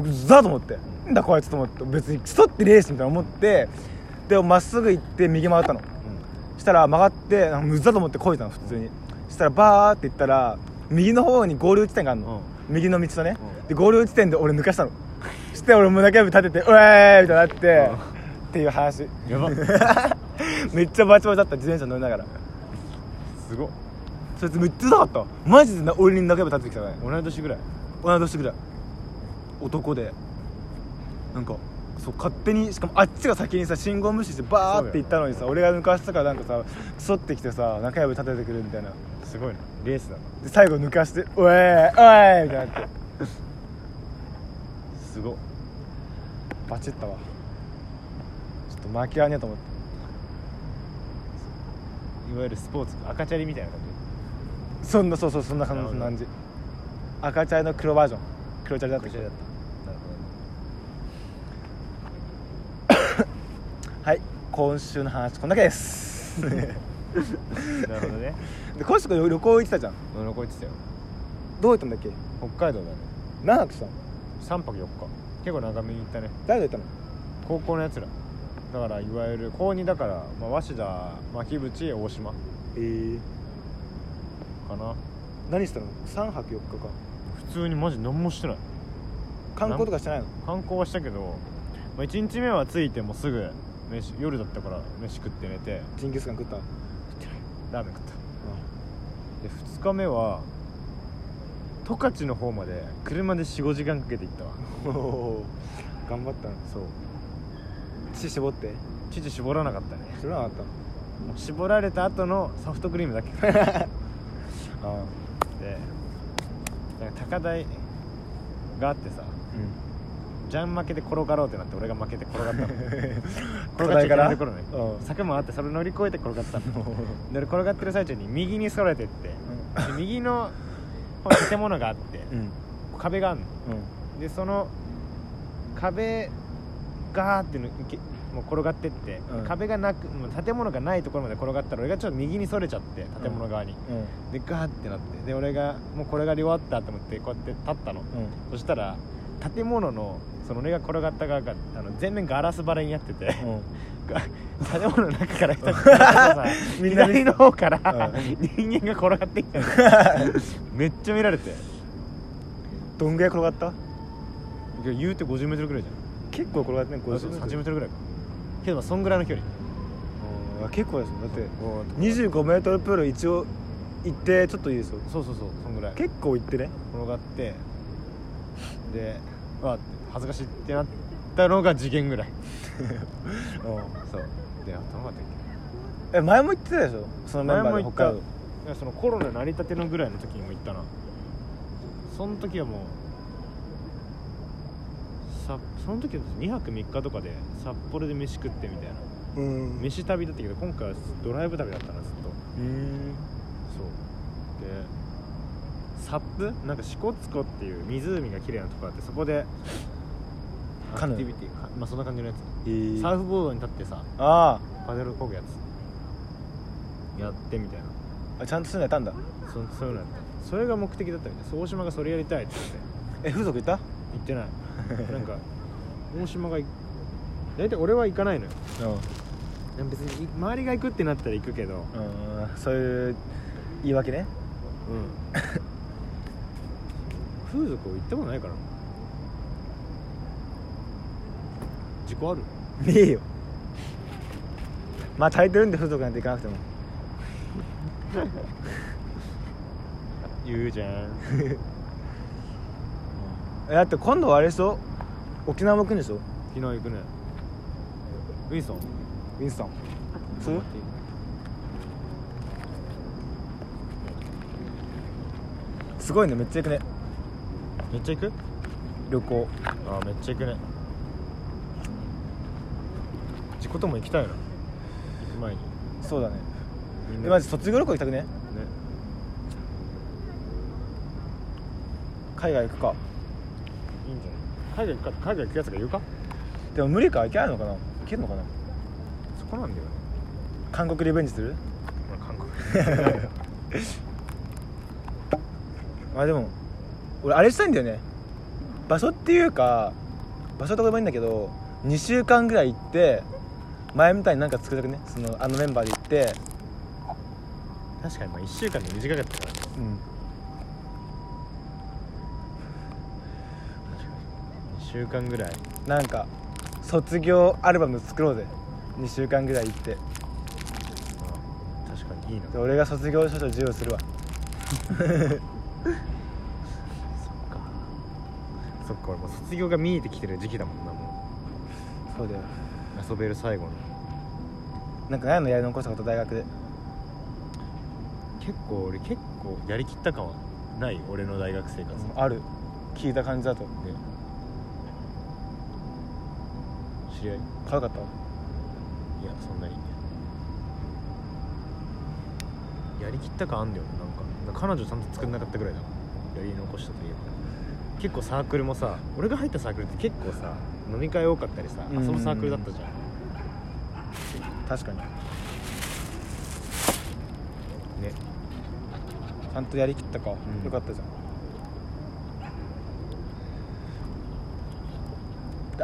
S1: もうザーと思ってなんだこいつと思って別にクソってねえしみたいな思ってでまっすぐ行って右回ったのしたら曲がってなんかむずだと思ってこいだの普通にしたらバーって行ったら右の方に合流地点があるの、右の道とね、
S2: うん
S1: で合流地点で俺抜かしたのそして俺も中指立てて「うえー!」みたいになって、っていう話
S2: や ば
S1: めっちゃバチバチだった自転車乗りながら
S2: すごっ
S1: そいつめっちゃうざかったわマジでな俺に中指立ててきたね
S2: 同い年ぐらい
S1: 同い年ぐらい男でなんかそう勝手にしかもあっちが先にさ信号無視してバーって行ったのにさ、俺が抜かしたからなんかさクソってきてさ中指立ててくるみたいな
S2: すごいなレースだな
S1: で最後抜かして「おえーおえー!」みたいになって
S2: すごっ
S1: バチったわちょっと負けはねえと思って
S2: いわゆるスポーツ赤チャリみたいな感
S1: そんなそうそうそんな感じ
S2: なる
S1: そ
S2: ほ
S1: ん
S2: ど
S1: な感じ赤茶の黒バージョン黒茶だった
S2: じ
S1: けど
S2: だったなるほ
S1: はい今週の話こんだけです で
S2: どねなるほ どね
S1: 今週旅行行ってたじゃん
S2: 俺残ってたよ
S1: どう行ったんだっけ
S2: 北海道だね
S1: 何泊したの
S2: 3泊4日結構長めに行ったね
S1: 誰と行っ
S2: 高校のやつらだからいわゆる高2だから、まあ、早稲田牧淵大島か
S1: たのええ
S2: な
S1: 何したの3泊4日か
S2: 普通にマジ何もしてない
S1: 観光とかしてないの
S2: 観光はしたけど、まあ、1日目は着いてもうすぐ飯夜だったから飯食って寝て
S1: ジンギスカン食った
S2: ラーメン食ったで2日目は十勝の方まで車で45時間かけて行ったわ
S1: おおー 頑張ったの
S2: そう
S1: 血絞って
S2: 父絞らなかったね
S1: 知らなかった
S2: もう絞られた後のソフトクリームだけ食っ
S1: あ
S2: てでなんか高台があってさ
S1: あ
S2: ジャン負けで転がろうってなって俺が負けて転がっ たの
S1: 高
S2: 転
S1: 台から
S2: がっちゃいけないところね
S1: うん
S2: 柵もあってそれ乗り越えて転がったので俺転がってる最中に右にそれてってで右のこの建物があって
S1: うんうん
S2: 壁があるのでその壁ガーってのいけもう転がってって、
S1: うん
S2: 壁がなくもう建物がないところまで転がったら俺がちょっと右にそれちゃって建物側に、
S1: うん
S2: でガーってなってで俺がもうこれが両あったと思ってこうやって立ったの
S1: うん
S2: そしたら建物のその俺が転がった側があの全面ガラス張りになっ てて、
S1: うん
S2: が建物の中から人が
S1: みんな見
S2: 左の方から
S1: う
S2: 人間が転がってき たのめっちゃ見られて
S1: どんぐらい転がった
S2: いや言うて 50m ぐらいじゃん
S1: 結構転がってね
S2: 50
S1: 50
S2: 30メートルぐらいかけどまあそんぐらいの距離
S1: うんあ結構ですよだって
S2: こう
S1: 25メートルプール一応行ってちょっといいですよ
S2: そうそうそうそんぐらい
S1: 結構行ってね
S2: 転がってでうわ恥ずかしいってなったのが次元 ぐらいそうであと何だった
S1: え
S2: っ
S1: 前も行ってたでしょその
S2: け
S1: メンバーで
S2: 行っ
S1: 北
S2: た
S1: 海道
S2: いやそのコロナ成り立てのぐらいの時にも行ったなその時はもうさその時は2泊3日とかで札幌で飯食ってみたいな
S1: うん
S2: 飯旅だったけど今回はドライブ旅だったなずっと
S1: うん
S2: そうでサップなんか支笏湖っていう湖が綺麗なとこあってそこで
S1: カヌー
S2: アクティビティかまあそんな感じのやつ
S1: えー
S2: サーフボードに立ってさ
S1: あ
S2: パデル漕ぐやつやってみたいな
S1: ーあちゃんとするのやったんだ
S2: そそういうのやったそれが目的だったみたいそう大島がそれやりたいって言って
S1: え風俗行った
S2: 行ってないなんか大島がい大体俺は行かないのよでも別にい周りが行くってなったら行くけど
S1: うんうんそういう言い訳ね
S2: うん風俗行ったことないからな事故ある
S1: ねえよまあタイトルんで風俗なんて行かなくても
S2: 言うじゃん
S1: えだって今度はあれでしょ沖縄も行くんでしょ
S2: 昨日行くねウィンソン
S1: ウィンストンそうすごいねめっちゃ行くね
S2: めっちゃ行く
S1: 旅行
S2: ああめっちゃ行くね事故とも行きたいな行く前に
S1: そうだね
S2: みん
S1: え
S2: な
S1: マジ卒業旅行行きたくね
S2: ね
S1: 海外行くか
S2: いいんじゃない海外行くか海外行くやつが言うか
S1: でも無理か行けないのかな行けるのかな
S2: そこなんだよね
S1: 韓国リベンジする
S2: 俺韓 国
S1: あでも俺あれしたいんだよね場所っていうか場所とかでもいいんだけど2週間ぐらい行って前みたいになんか作りたくねそのあのメンバーで行って
S2: 確かにまあ1週間で短かったからね
S1: うん
S2: 確かに2週間ぐらい
S1: なんか卒業アルバム作ろうぜ2週間ぐらい行って
S2: あ確かにいいな
S1: で俺が卒業証書授与するわ
S2: そっかそっか俺もう卒業が見えてきてる時期だもんなも
S1: そうだよ
S2: う遊べる最後の
S1: なんかないのやり残したこと大学で
S2: 結構俺結構やりきった感はない俺の大学生活、ね
S1: ある聞いた感じだと
S2: 知り合いい
S1: 軽かった
S2: やそんなにやりきった感あんだよねなんか彼女ちゃんと作んなかったぐらいだやり残したといえば結構サークルもさ俺が入ったサークルって結構さ飲み会多かったりさ遊ぶサークルだったじゃん
S1: 確かに
S2: ね
S1: ちゃんとやりきったか、
S2: ん
S1: よかったじゃん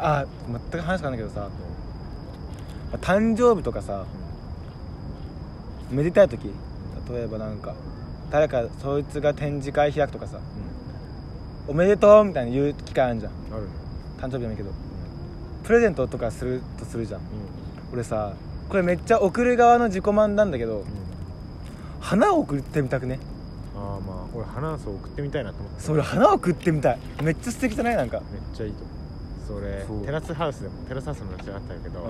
S1: あ全く話変わんないけどさ誕生日とかさめでたい時例えばなんか誰かそいつが展示会開くとかさ「おめでとう」みたいな言う機会あるじゃん
S2: うんあるね
S1: 誕生日でもいいけどプレゼントとかするとするじゃん俺さこれめっちゃ送る側の自己満なんだけど
S2: うん、うん
S1: 花を送ってみたくね
S2: ああまあ俺花そう送ってみたいなと思って
S1: それ花を送ってみたいめっちゃ素敵じゃないなんか
S2: めっちゃいいと思うそれ
S1: そう
S2: テラスハウスでもテラスハウスの話あったけど、
S1: う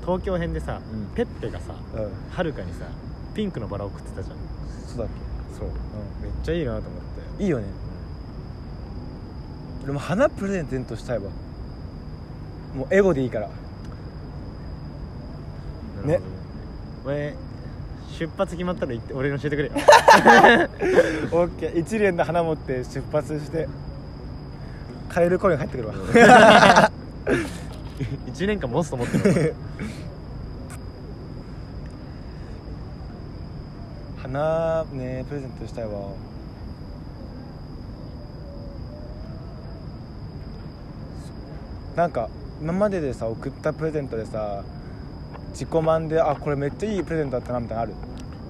S2: 東京編でさ、
S1: うん
S2: ペッペがさ
S1: ん、うん、
S2: はるかにさピンクのバラ送ってたじゃん
S1: そうだっけ
S2: そう
S1: うん
S2: めっちゃいいなと思って
S1: いいよね俺も花プレゼントしたいわもうエゴでいいから
S2: うん
S1: ね
S2: なるほどねお前出発決まったら言って俺に教えて くれよ
S1: オッケー一連の花持って出発して帰る頃に帰ってくるわ
S2: 1年間持つと思 ってる
S1: 花ねプレゼントしたいわなんか今まででさ送ったプレゼントでさ自己満であこれめっちゃいいプレゼントだったなみたいなのある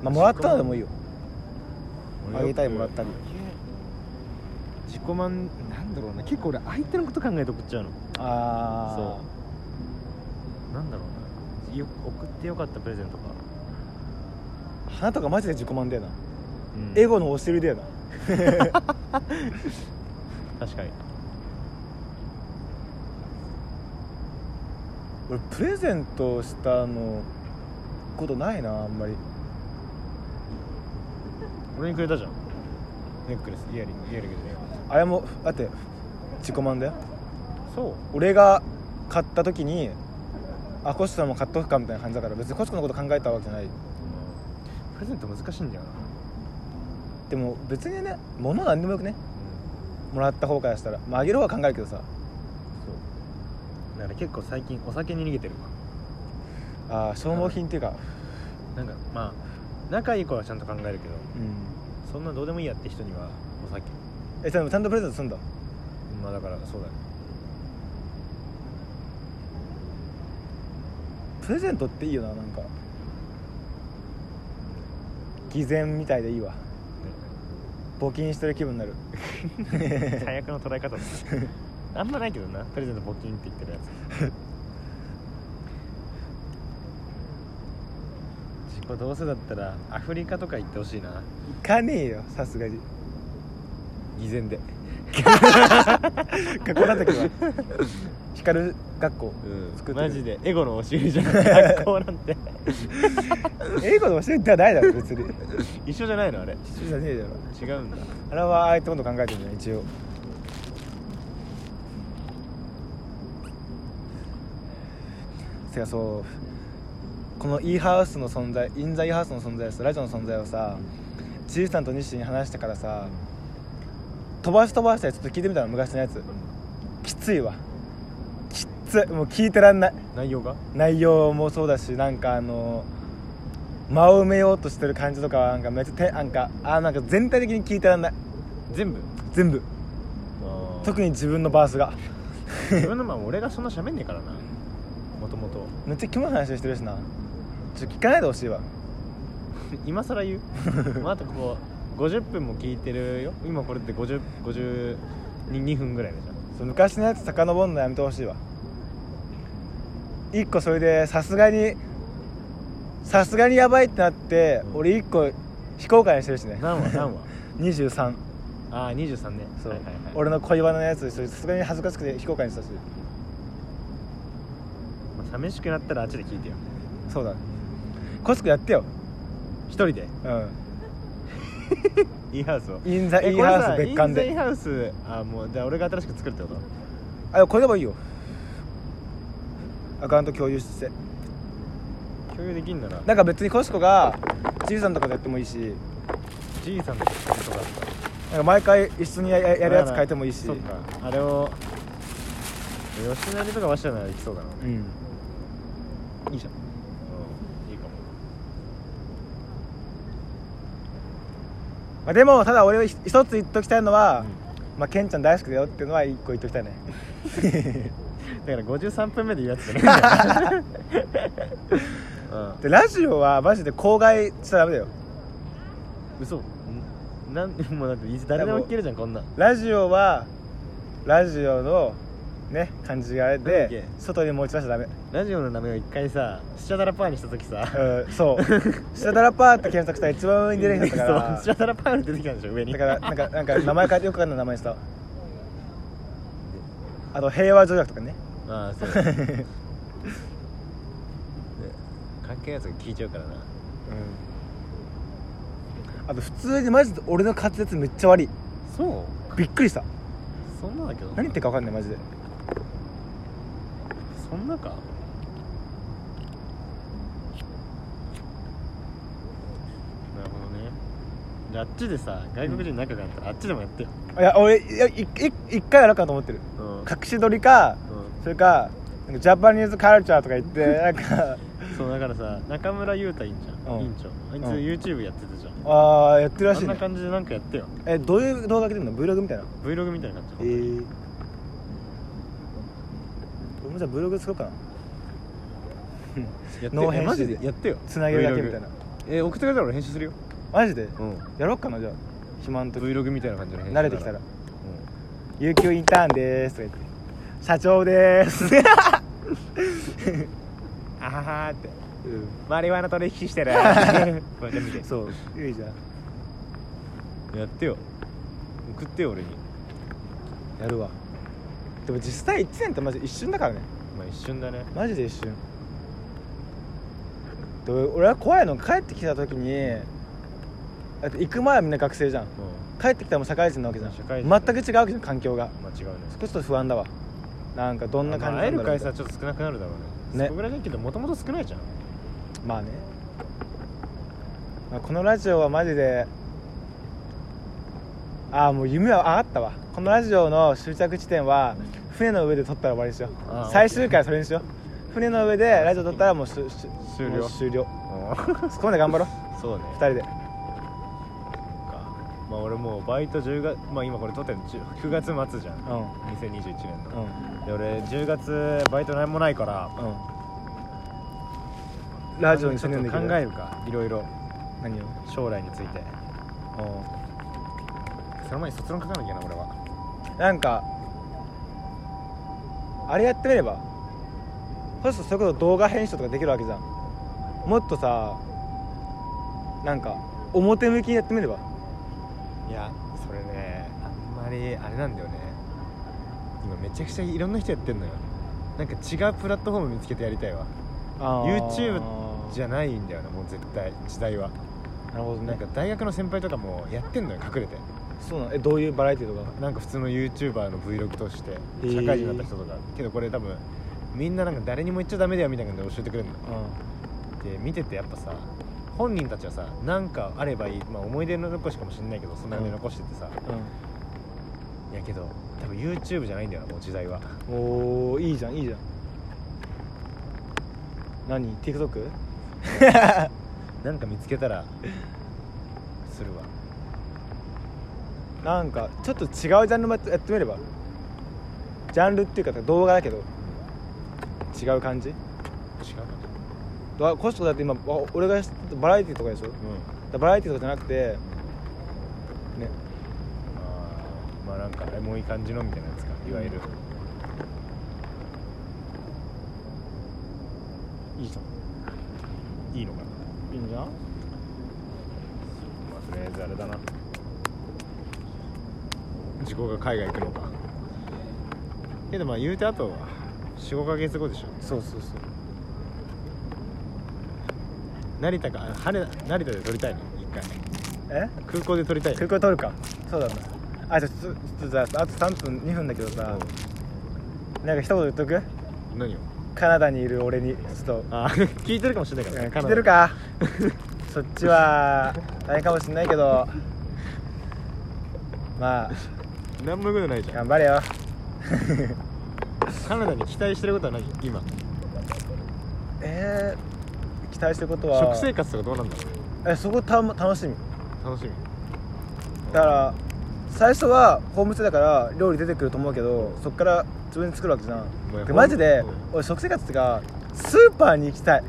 S1: まあもらったのでもいいよ
S2: 俺
S1: あげたいもらったり
S2: 自己満なんだろうな結構俺相手のこと考えて送っちゃうの
S1: ああ
S2: そうなんだろうなよ送ってよかったプレゼントか
S1: 花とかマジで自己満だよな、
S2: うん
S1: エゴのお尻だよな
S2: 確かに
S1: 俺プレゼントしたのことないなあんまり
S2: 俺にくれたじゃんネックレスイヤリングイヤリングじゃねえわ
S1: あれもだって自己満だよ
S2: そう
S1: 俺が買った時にあコシさんも買っとくかみたいな感じだから別にコシコのこと考えたわけじゃない
S2: プレゼント難しいんだよな、
S1: でも別にね物なんでもよくねもらった方からしたら、まあ、あげる方が考えるけどさ
S2: そうだから結構最近お酒に逃げてるわ
S1: あー消耗品っていうか
S2: なんかまあ仲いい子はちゃんと考えるけ
S1: う
S2: ど
S1: ん
S2: そんなどうでもいいやって人にはお酒
S1: えでもちゃんとプレゼントすんだ
S2: まあだからそうだね
S1: プレゼントっていいよななんか偽善みたいでいいわ募金してる気分になる
S2: 最悪の捉え方ですあんまないけどなプレゼント募金って言ってるや つ自己どうせだったらアフリカとか行ってほしいない
S1: かねえよさすがに
S2: 偽善 で
S1: 学校だったけど光る学校作ってる
S2: マジでエゴの押し売りじゃん学校なんて
S1: 英語で教えてはないだろ別に
S2: 一緒じゃないのあれ
S1: 一緒じゃねえだろ
S2: 違うんだ
S1: あれはああいったこと考えてるんだよ一応てかそうこの E ハウスの存在インザ E ハウスの存在ラジオの存在をさちいさんと西に話したからさ飛ばし飛ばしたやつちょっと聞いてみたの昔のやつきついわきっつもう聞いてらんない
S2: 内容が
S1: 内容もそうだしなんかあの間を埋めようとしてる感じとかはなんかめっちゃてなんかあーなんか全体的に聞いてらんない
S2: 全部
S1: 全部特
S2: に
S1: に自分のバースが
S2: 自分のまあ俺がそんな喋んねえからなもともと
S1: めっちゃキモい話してるしなちょっと聞かないでほしいわ
S2: 今更言う まああとここ50分も聞いてるよ今これって5052分ぐらいだじゃん
S1: その昔のやつ遡るのやめてほしいわ一個それでさすがにさすがにやばいってなって、
S2: うん
S1: 俺一個非公開にしてるしね
S2: 何話 何話
S1: 23
S2: ああ23ね
S1: そう、
S2: はいはいはい、
S1: 俺の恋バナのやつそれさすがに恥ずかしくて非公開にしたし
S2: まあ寂しくなったらあっちで聞いてよ
S1: そうだコスコやってよ
S2: 一人で
S1: うん
S2: いいハウスを
S1: インザ
S2: え
S1: イ
S2: こ
S1: ー
S2: れ
S1: ハウ
S2: さ
S1: ス別館
S2: イン
S1: で
S2: ザイーハウスあもうじゃあ俺が新しく作るってこと
S1: あこれでもいいよアカウント共有して
S2: 共有できんなら
S1: なんか別にコシコがじいさんとかでやってもいいし
S2: じいさんの作るとかだったら
S1: なんか毎回一緒にやややるやつ変えてもいいし
S2: そっかあれを吉成とかわしらならできそうだな、
S1: う
S2: うん
S1: ん
S2: いいじゃんうんいいかも
S1: まあ、でもただ俺は一一つ言っときたいのは、
S2: う
S1: まあ、ケンちゃん大好きだよっていうのは一個言っときたいね
S2: だから53分目で言うやつじ ゃないうん
S1: でラジオはマジで公害しちゃダメだよ
S2: 嘘んなん でもうだっていつ誰でも聞けるじゃんこんなん
S1: ラジオはラジオのね感じがあれ
S2: なんだっけ
S1: で外に持ち出しちゃダメ
S2: ラジオの名前を一回さスチャダラパーにした時さ
S1: うんそうシャダラパーって検索したら一番上に出てきたか
S2: そう
S1: ら
S2: スチャダラパーに出てきたんでしょ上に
S1: だからなんかなんか名前変えてよくわかんない名前にしたあと平和条約とかね
S2: ああそうね関係ないやつが聞いちゃうからな
S1: あと普通にマジで俺の滑舌めっちゃ悪い
S2: そう
S1: びっくりした
S2: そんなだけど
S1: 何言ってるか分かんないマジで
S2: そんなかなるほどねじゃああっちでさ外国人仲があったらあっちでもやってよ
S1: いや俺いやいい一回やろうかと思ってる
S2: うん、うん、
S1: 隠し撮りかそれかなんかジャパニーズカルチャーとか言ってなん か
S2: そうだからさ中村優太いいんじゃん、
S1: うん
S2: 委員長あいつ
S1: うん
S2: YouTube やってたじゃん、
S1: ああやってるら
S2: あ
S1: し
S2: ん
S1: い
S2: な
S1: ね
S2: 感じでなんかやってよ
S1: えどういう動画上げてんの Vlog みたいな
S2: Vlog みたいになっちゃ
S1: え
S2: う、
S1: ー、俺もじゃあ Vlog 作ろうかな
S2: やって
S1: ノー編集で
S2: えマジでやってよ
S1: つなげるだけみたいな
S2: Vlog え送ってくれたら俺編集するよ、
S1: マジで
S2: うん、
S1: やろうかなじゃあ暇ん時
S2: Vlog みたいな感じの編集
S1: 慣れてきたら
S2: うん
S1: 「有給インターンです」とか言って「社長 です」
S2: あははって
S1: う
S2: マリファナ取引し てる これで見て
S1: んそういいじゃん
S2: やってよ送ってよ俺に
S1: やるわでも実際1年ってマジ一瞬だからね
S2: まあ一瞬だね
S1: マジで一瞬で俺俺は怖いのが帰ってきた時にだって行く前はみんな学生じゃん
S2: う
S1: 帰ってきたらもう社会人なわけじゃん
S2: 社会人
S1: 全く違うわけじゃん環境が
S2: ん間違うね
S1: 少しちょっと不安だわなんかどんな感じ
S2: まあ会える
S1: なんだろう
S2: 回
S1: みたい
S2: 数は
S1: な
S2: ちょっと少なくなるだろうね
S1: ね
S2: そこぐらいだけどもともと少ないじゃん
S1: まあねまあこのラジオはマジでああもう夢は上がったわこのラジオの終着地点は船の上で撮ったら終わりにしよ
S2: あ
S1: う
S2: ー
S1: 最終回はそれにしよう船の上でラジオ撮ったらもうしゅしゅ
S2: 終了
S1: もう終了そこまで頑張ろう
S2: そう ね
S1: 2人で
S2: かまあ俺もうバイト10月まあ今これ撮ってるの10 9月末じゃん
S1: うん
S2: 2021年
S1: う
S2: の、
S1: ん
S2: で俺10月バイト何もないから
S1: うんラジオに
S2: ちょ
S1: 専
S2: っ
S1: 念
S2: と
S1: でき
S2: 考
S1: る
S2: えるかいろいろ
S1: 何を
S2: 将来について
S1: う
S2: その前に卒論書かなきゃな俺は
S1: んなんかあれやってみればそうするとそれこそ動画編集とかできるわけじゃんもっとさなんか表向きにやってみれば
S2: いやそれねあんまりあれなんだよね今めちゃくちゃいろんな人やってんのよなんか違うプラットフォーム見つけてやりたいわ YouTube じ
S1: ゃ
S2: ゃないんだよなもう絶対時代は
S1: なるほどね
S2: なんか大学の先輩とかもやってんのよ隠れて
S1: そうなのえどういうバラエティーとか
S2: なんか普通の YouTuber の Vlog として
S1: え
S2: 社
S1: ー
S2: 会人になった人とか、けどこれ多分みんななんか誰にも言っちゃダメだよみたいな感じで教えてくれるので見ててやっぱさ本人たちはさ何かあればいい、まあ、思い出の残しかもしんないけどそんな感じで残しててさ、いやけど多分 YouTube じゃないんだよなもう時代は
S1: うん、うん、おーいいじゃんいいじゃん何 TikTok?
S2: なんか見つけたらするわ
S1: なんかちょっと違うジャンルもやってやってみればジャンルっていうか動画だけど違う感じ
S2: 違うか
S1: だコシコだって今わ俺が知ってたバラエティとかでしょだか
S2: うん
S1: らバラエティとかじゃなくてね
S2: あーまあなんかエモい感じのみたいなやつかいわゆる
S1: いいじゃ
S2: いいのかなん
S1: いいんじゃん
S2: まあとりあえずあれだな自己が海外行くのかけどまあ言うてあとは45ヶ月後でしょ
S1: そうそうそう
S2: 成田かあ羽田成田で撮りたいね一回
S1: え
S2: 空港で撮りたい
S1: 空港取るかそうだなあじゃあちょちょっとじゃああと3分2分だけどさなんか一言言っとく
S2: うん何を
S1: カナダにいる俺にちょっと
S2: あ 聞いてるかもしれないから
S1: う
S2: ね
S1: ん来
S2: カナダ
S1: てるか そっちは大変かもしんないけどまあ
S2: 何も言うことないじゃん
S1: 頑張れよ
S2: カナダに期待してることは何今
S1: えー、期待してることは
S2: 食生活とかどうなんだろ
S1: えそこたま楽しみ
S2: う楽しみ
S1: だから最初はホームステイだから料理出てくると思うけどそっから自分で作るわけじゃ
S2: まあ
S1: んでマジで
S2: うん
S1: 俺食生活ってかスーパーに行きたい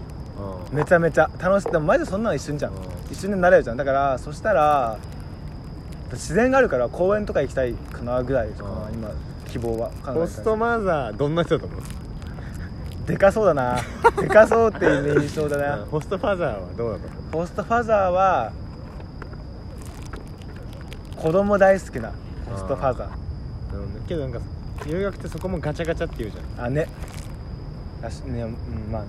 S2: うん
S1: めちゃめちゃ楽しいでもマジでそんなの一瞬じゃん
S2: うん
S1: 一瞬でなれるじゃんだからそしたら自然があるから公園とか行きたいかなぐらいかな
S2: うん
S1: 今希望はカナダ
S2: ホ
S1: に関して
S2: ストマザーどんな人だと思う
S1: でかそうだ なでかそうっていう印象だな
S2: ホストファザーはどうだと思う
S1: ホストファザーは子供大好きなホストファザー
S2: なるほどねけどなんか留学ってそこもガチャガチャって言うじゃん
S1: あねだしねうんまあね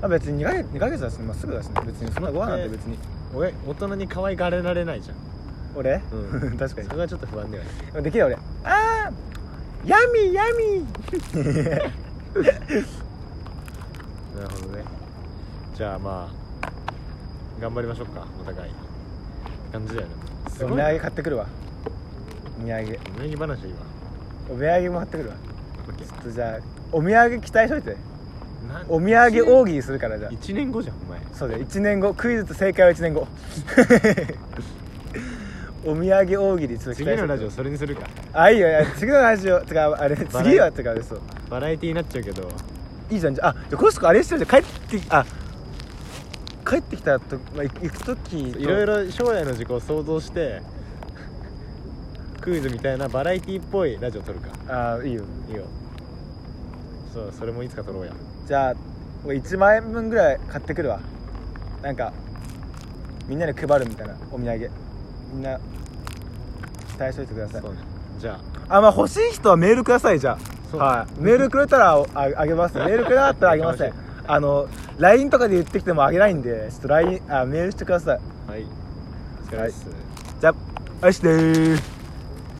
S1: まあ別に2ヶ月 ,2 ヶ月だし、まあ、すぐだしね別にそんなご飯なんて別に
S2: 俺大人に可愛がれられないじゃん、
S1: 俺、
S2: う ん、
S1: 確かに
S2: それはちょっと不安だよね
S1: でもできるよ俺あーヤミーヤミー
S2: なるほどねじゃあまあ頑張りましょうかお互い感じだよねす
S1: お土
S2: ごい
S1: 産買ってくるわお土産
S2: お土産話はいいわ
S1: お土産も買ってくるわ
S2: オッケ
S1: ち
S2: ー
S1: ょっとじゃあお土産期待しといて
S2: な
S1: お土産大喜利するからじゃあ
S2: 1年後じゃんお前
S1: そうだよ1年後クイズと正解は1年後 お土産大喜利ちょっと期待しといて
S2: 次のラジオそれにするか
S1: あいいよいや次のラジオつかあれ
S2: バラ
S1: 次はつかです
S2: バラエティになっちゃうけど
S1: いいじゃんじゃああじゃあコシコあれしてるじゃん帰ってきあ帰ってきたと、まあ、行行く時と
S2: いろいろ将来の自己を想像してクイズみたいなバラエティっぽいラジオ撮るか
S1: あいいよ
S2: いいよそうそれもいつか撮ろうや
S1: じゃあもう1万円分ぐらい買ってくるわなんかみんなで配るみたいなお土産みんな期待しといてください
S2: そうねじゃあ
S1: あまあ欲しい人はメールくださいじゃあ、
S2: そう
S1: はい、メールくれたらああげ ますメールくれなかったらあげませんあの LINE とかで言ってきてもあげないんでちょっと LINE あメールしてください
S2: はいお疲れ様です、
S1: じゃあ愛してー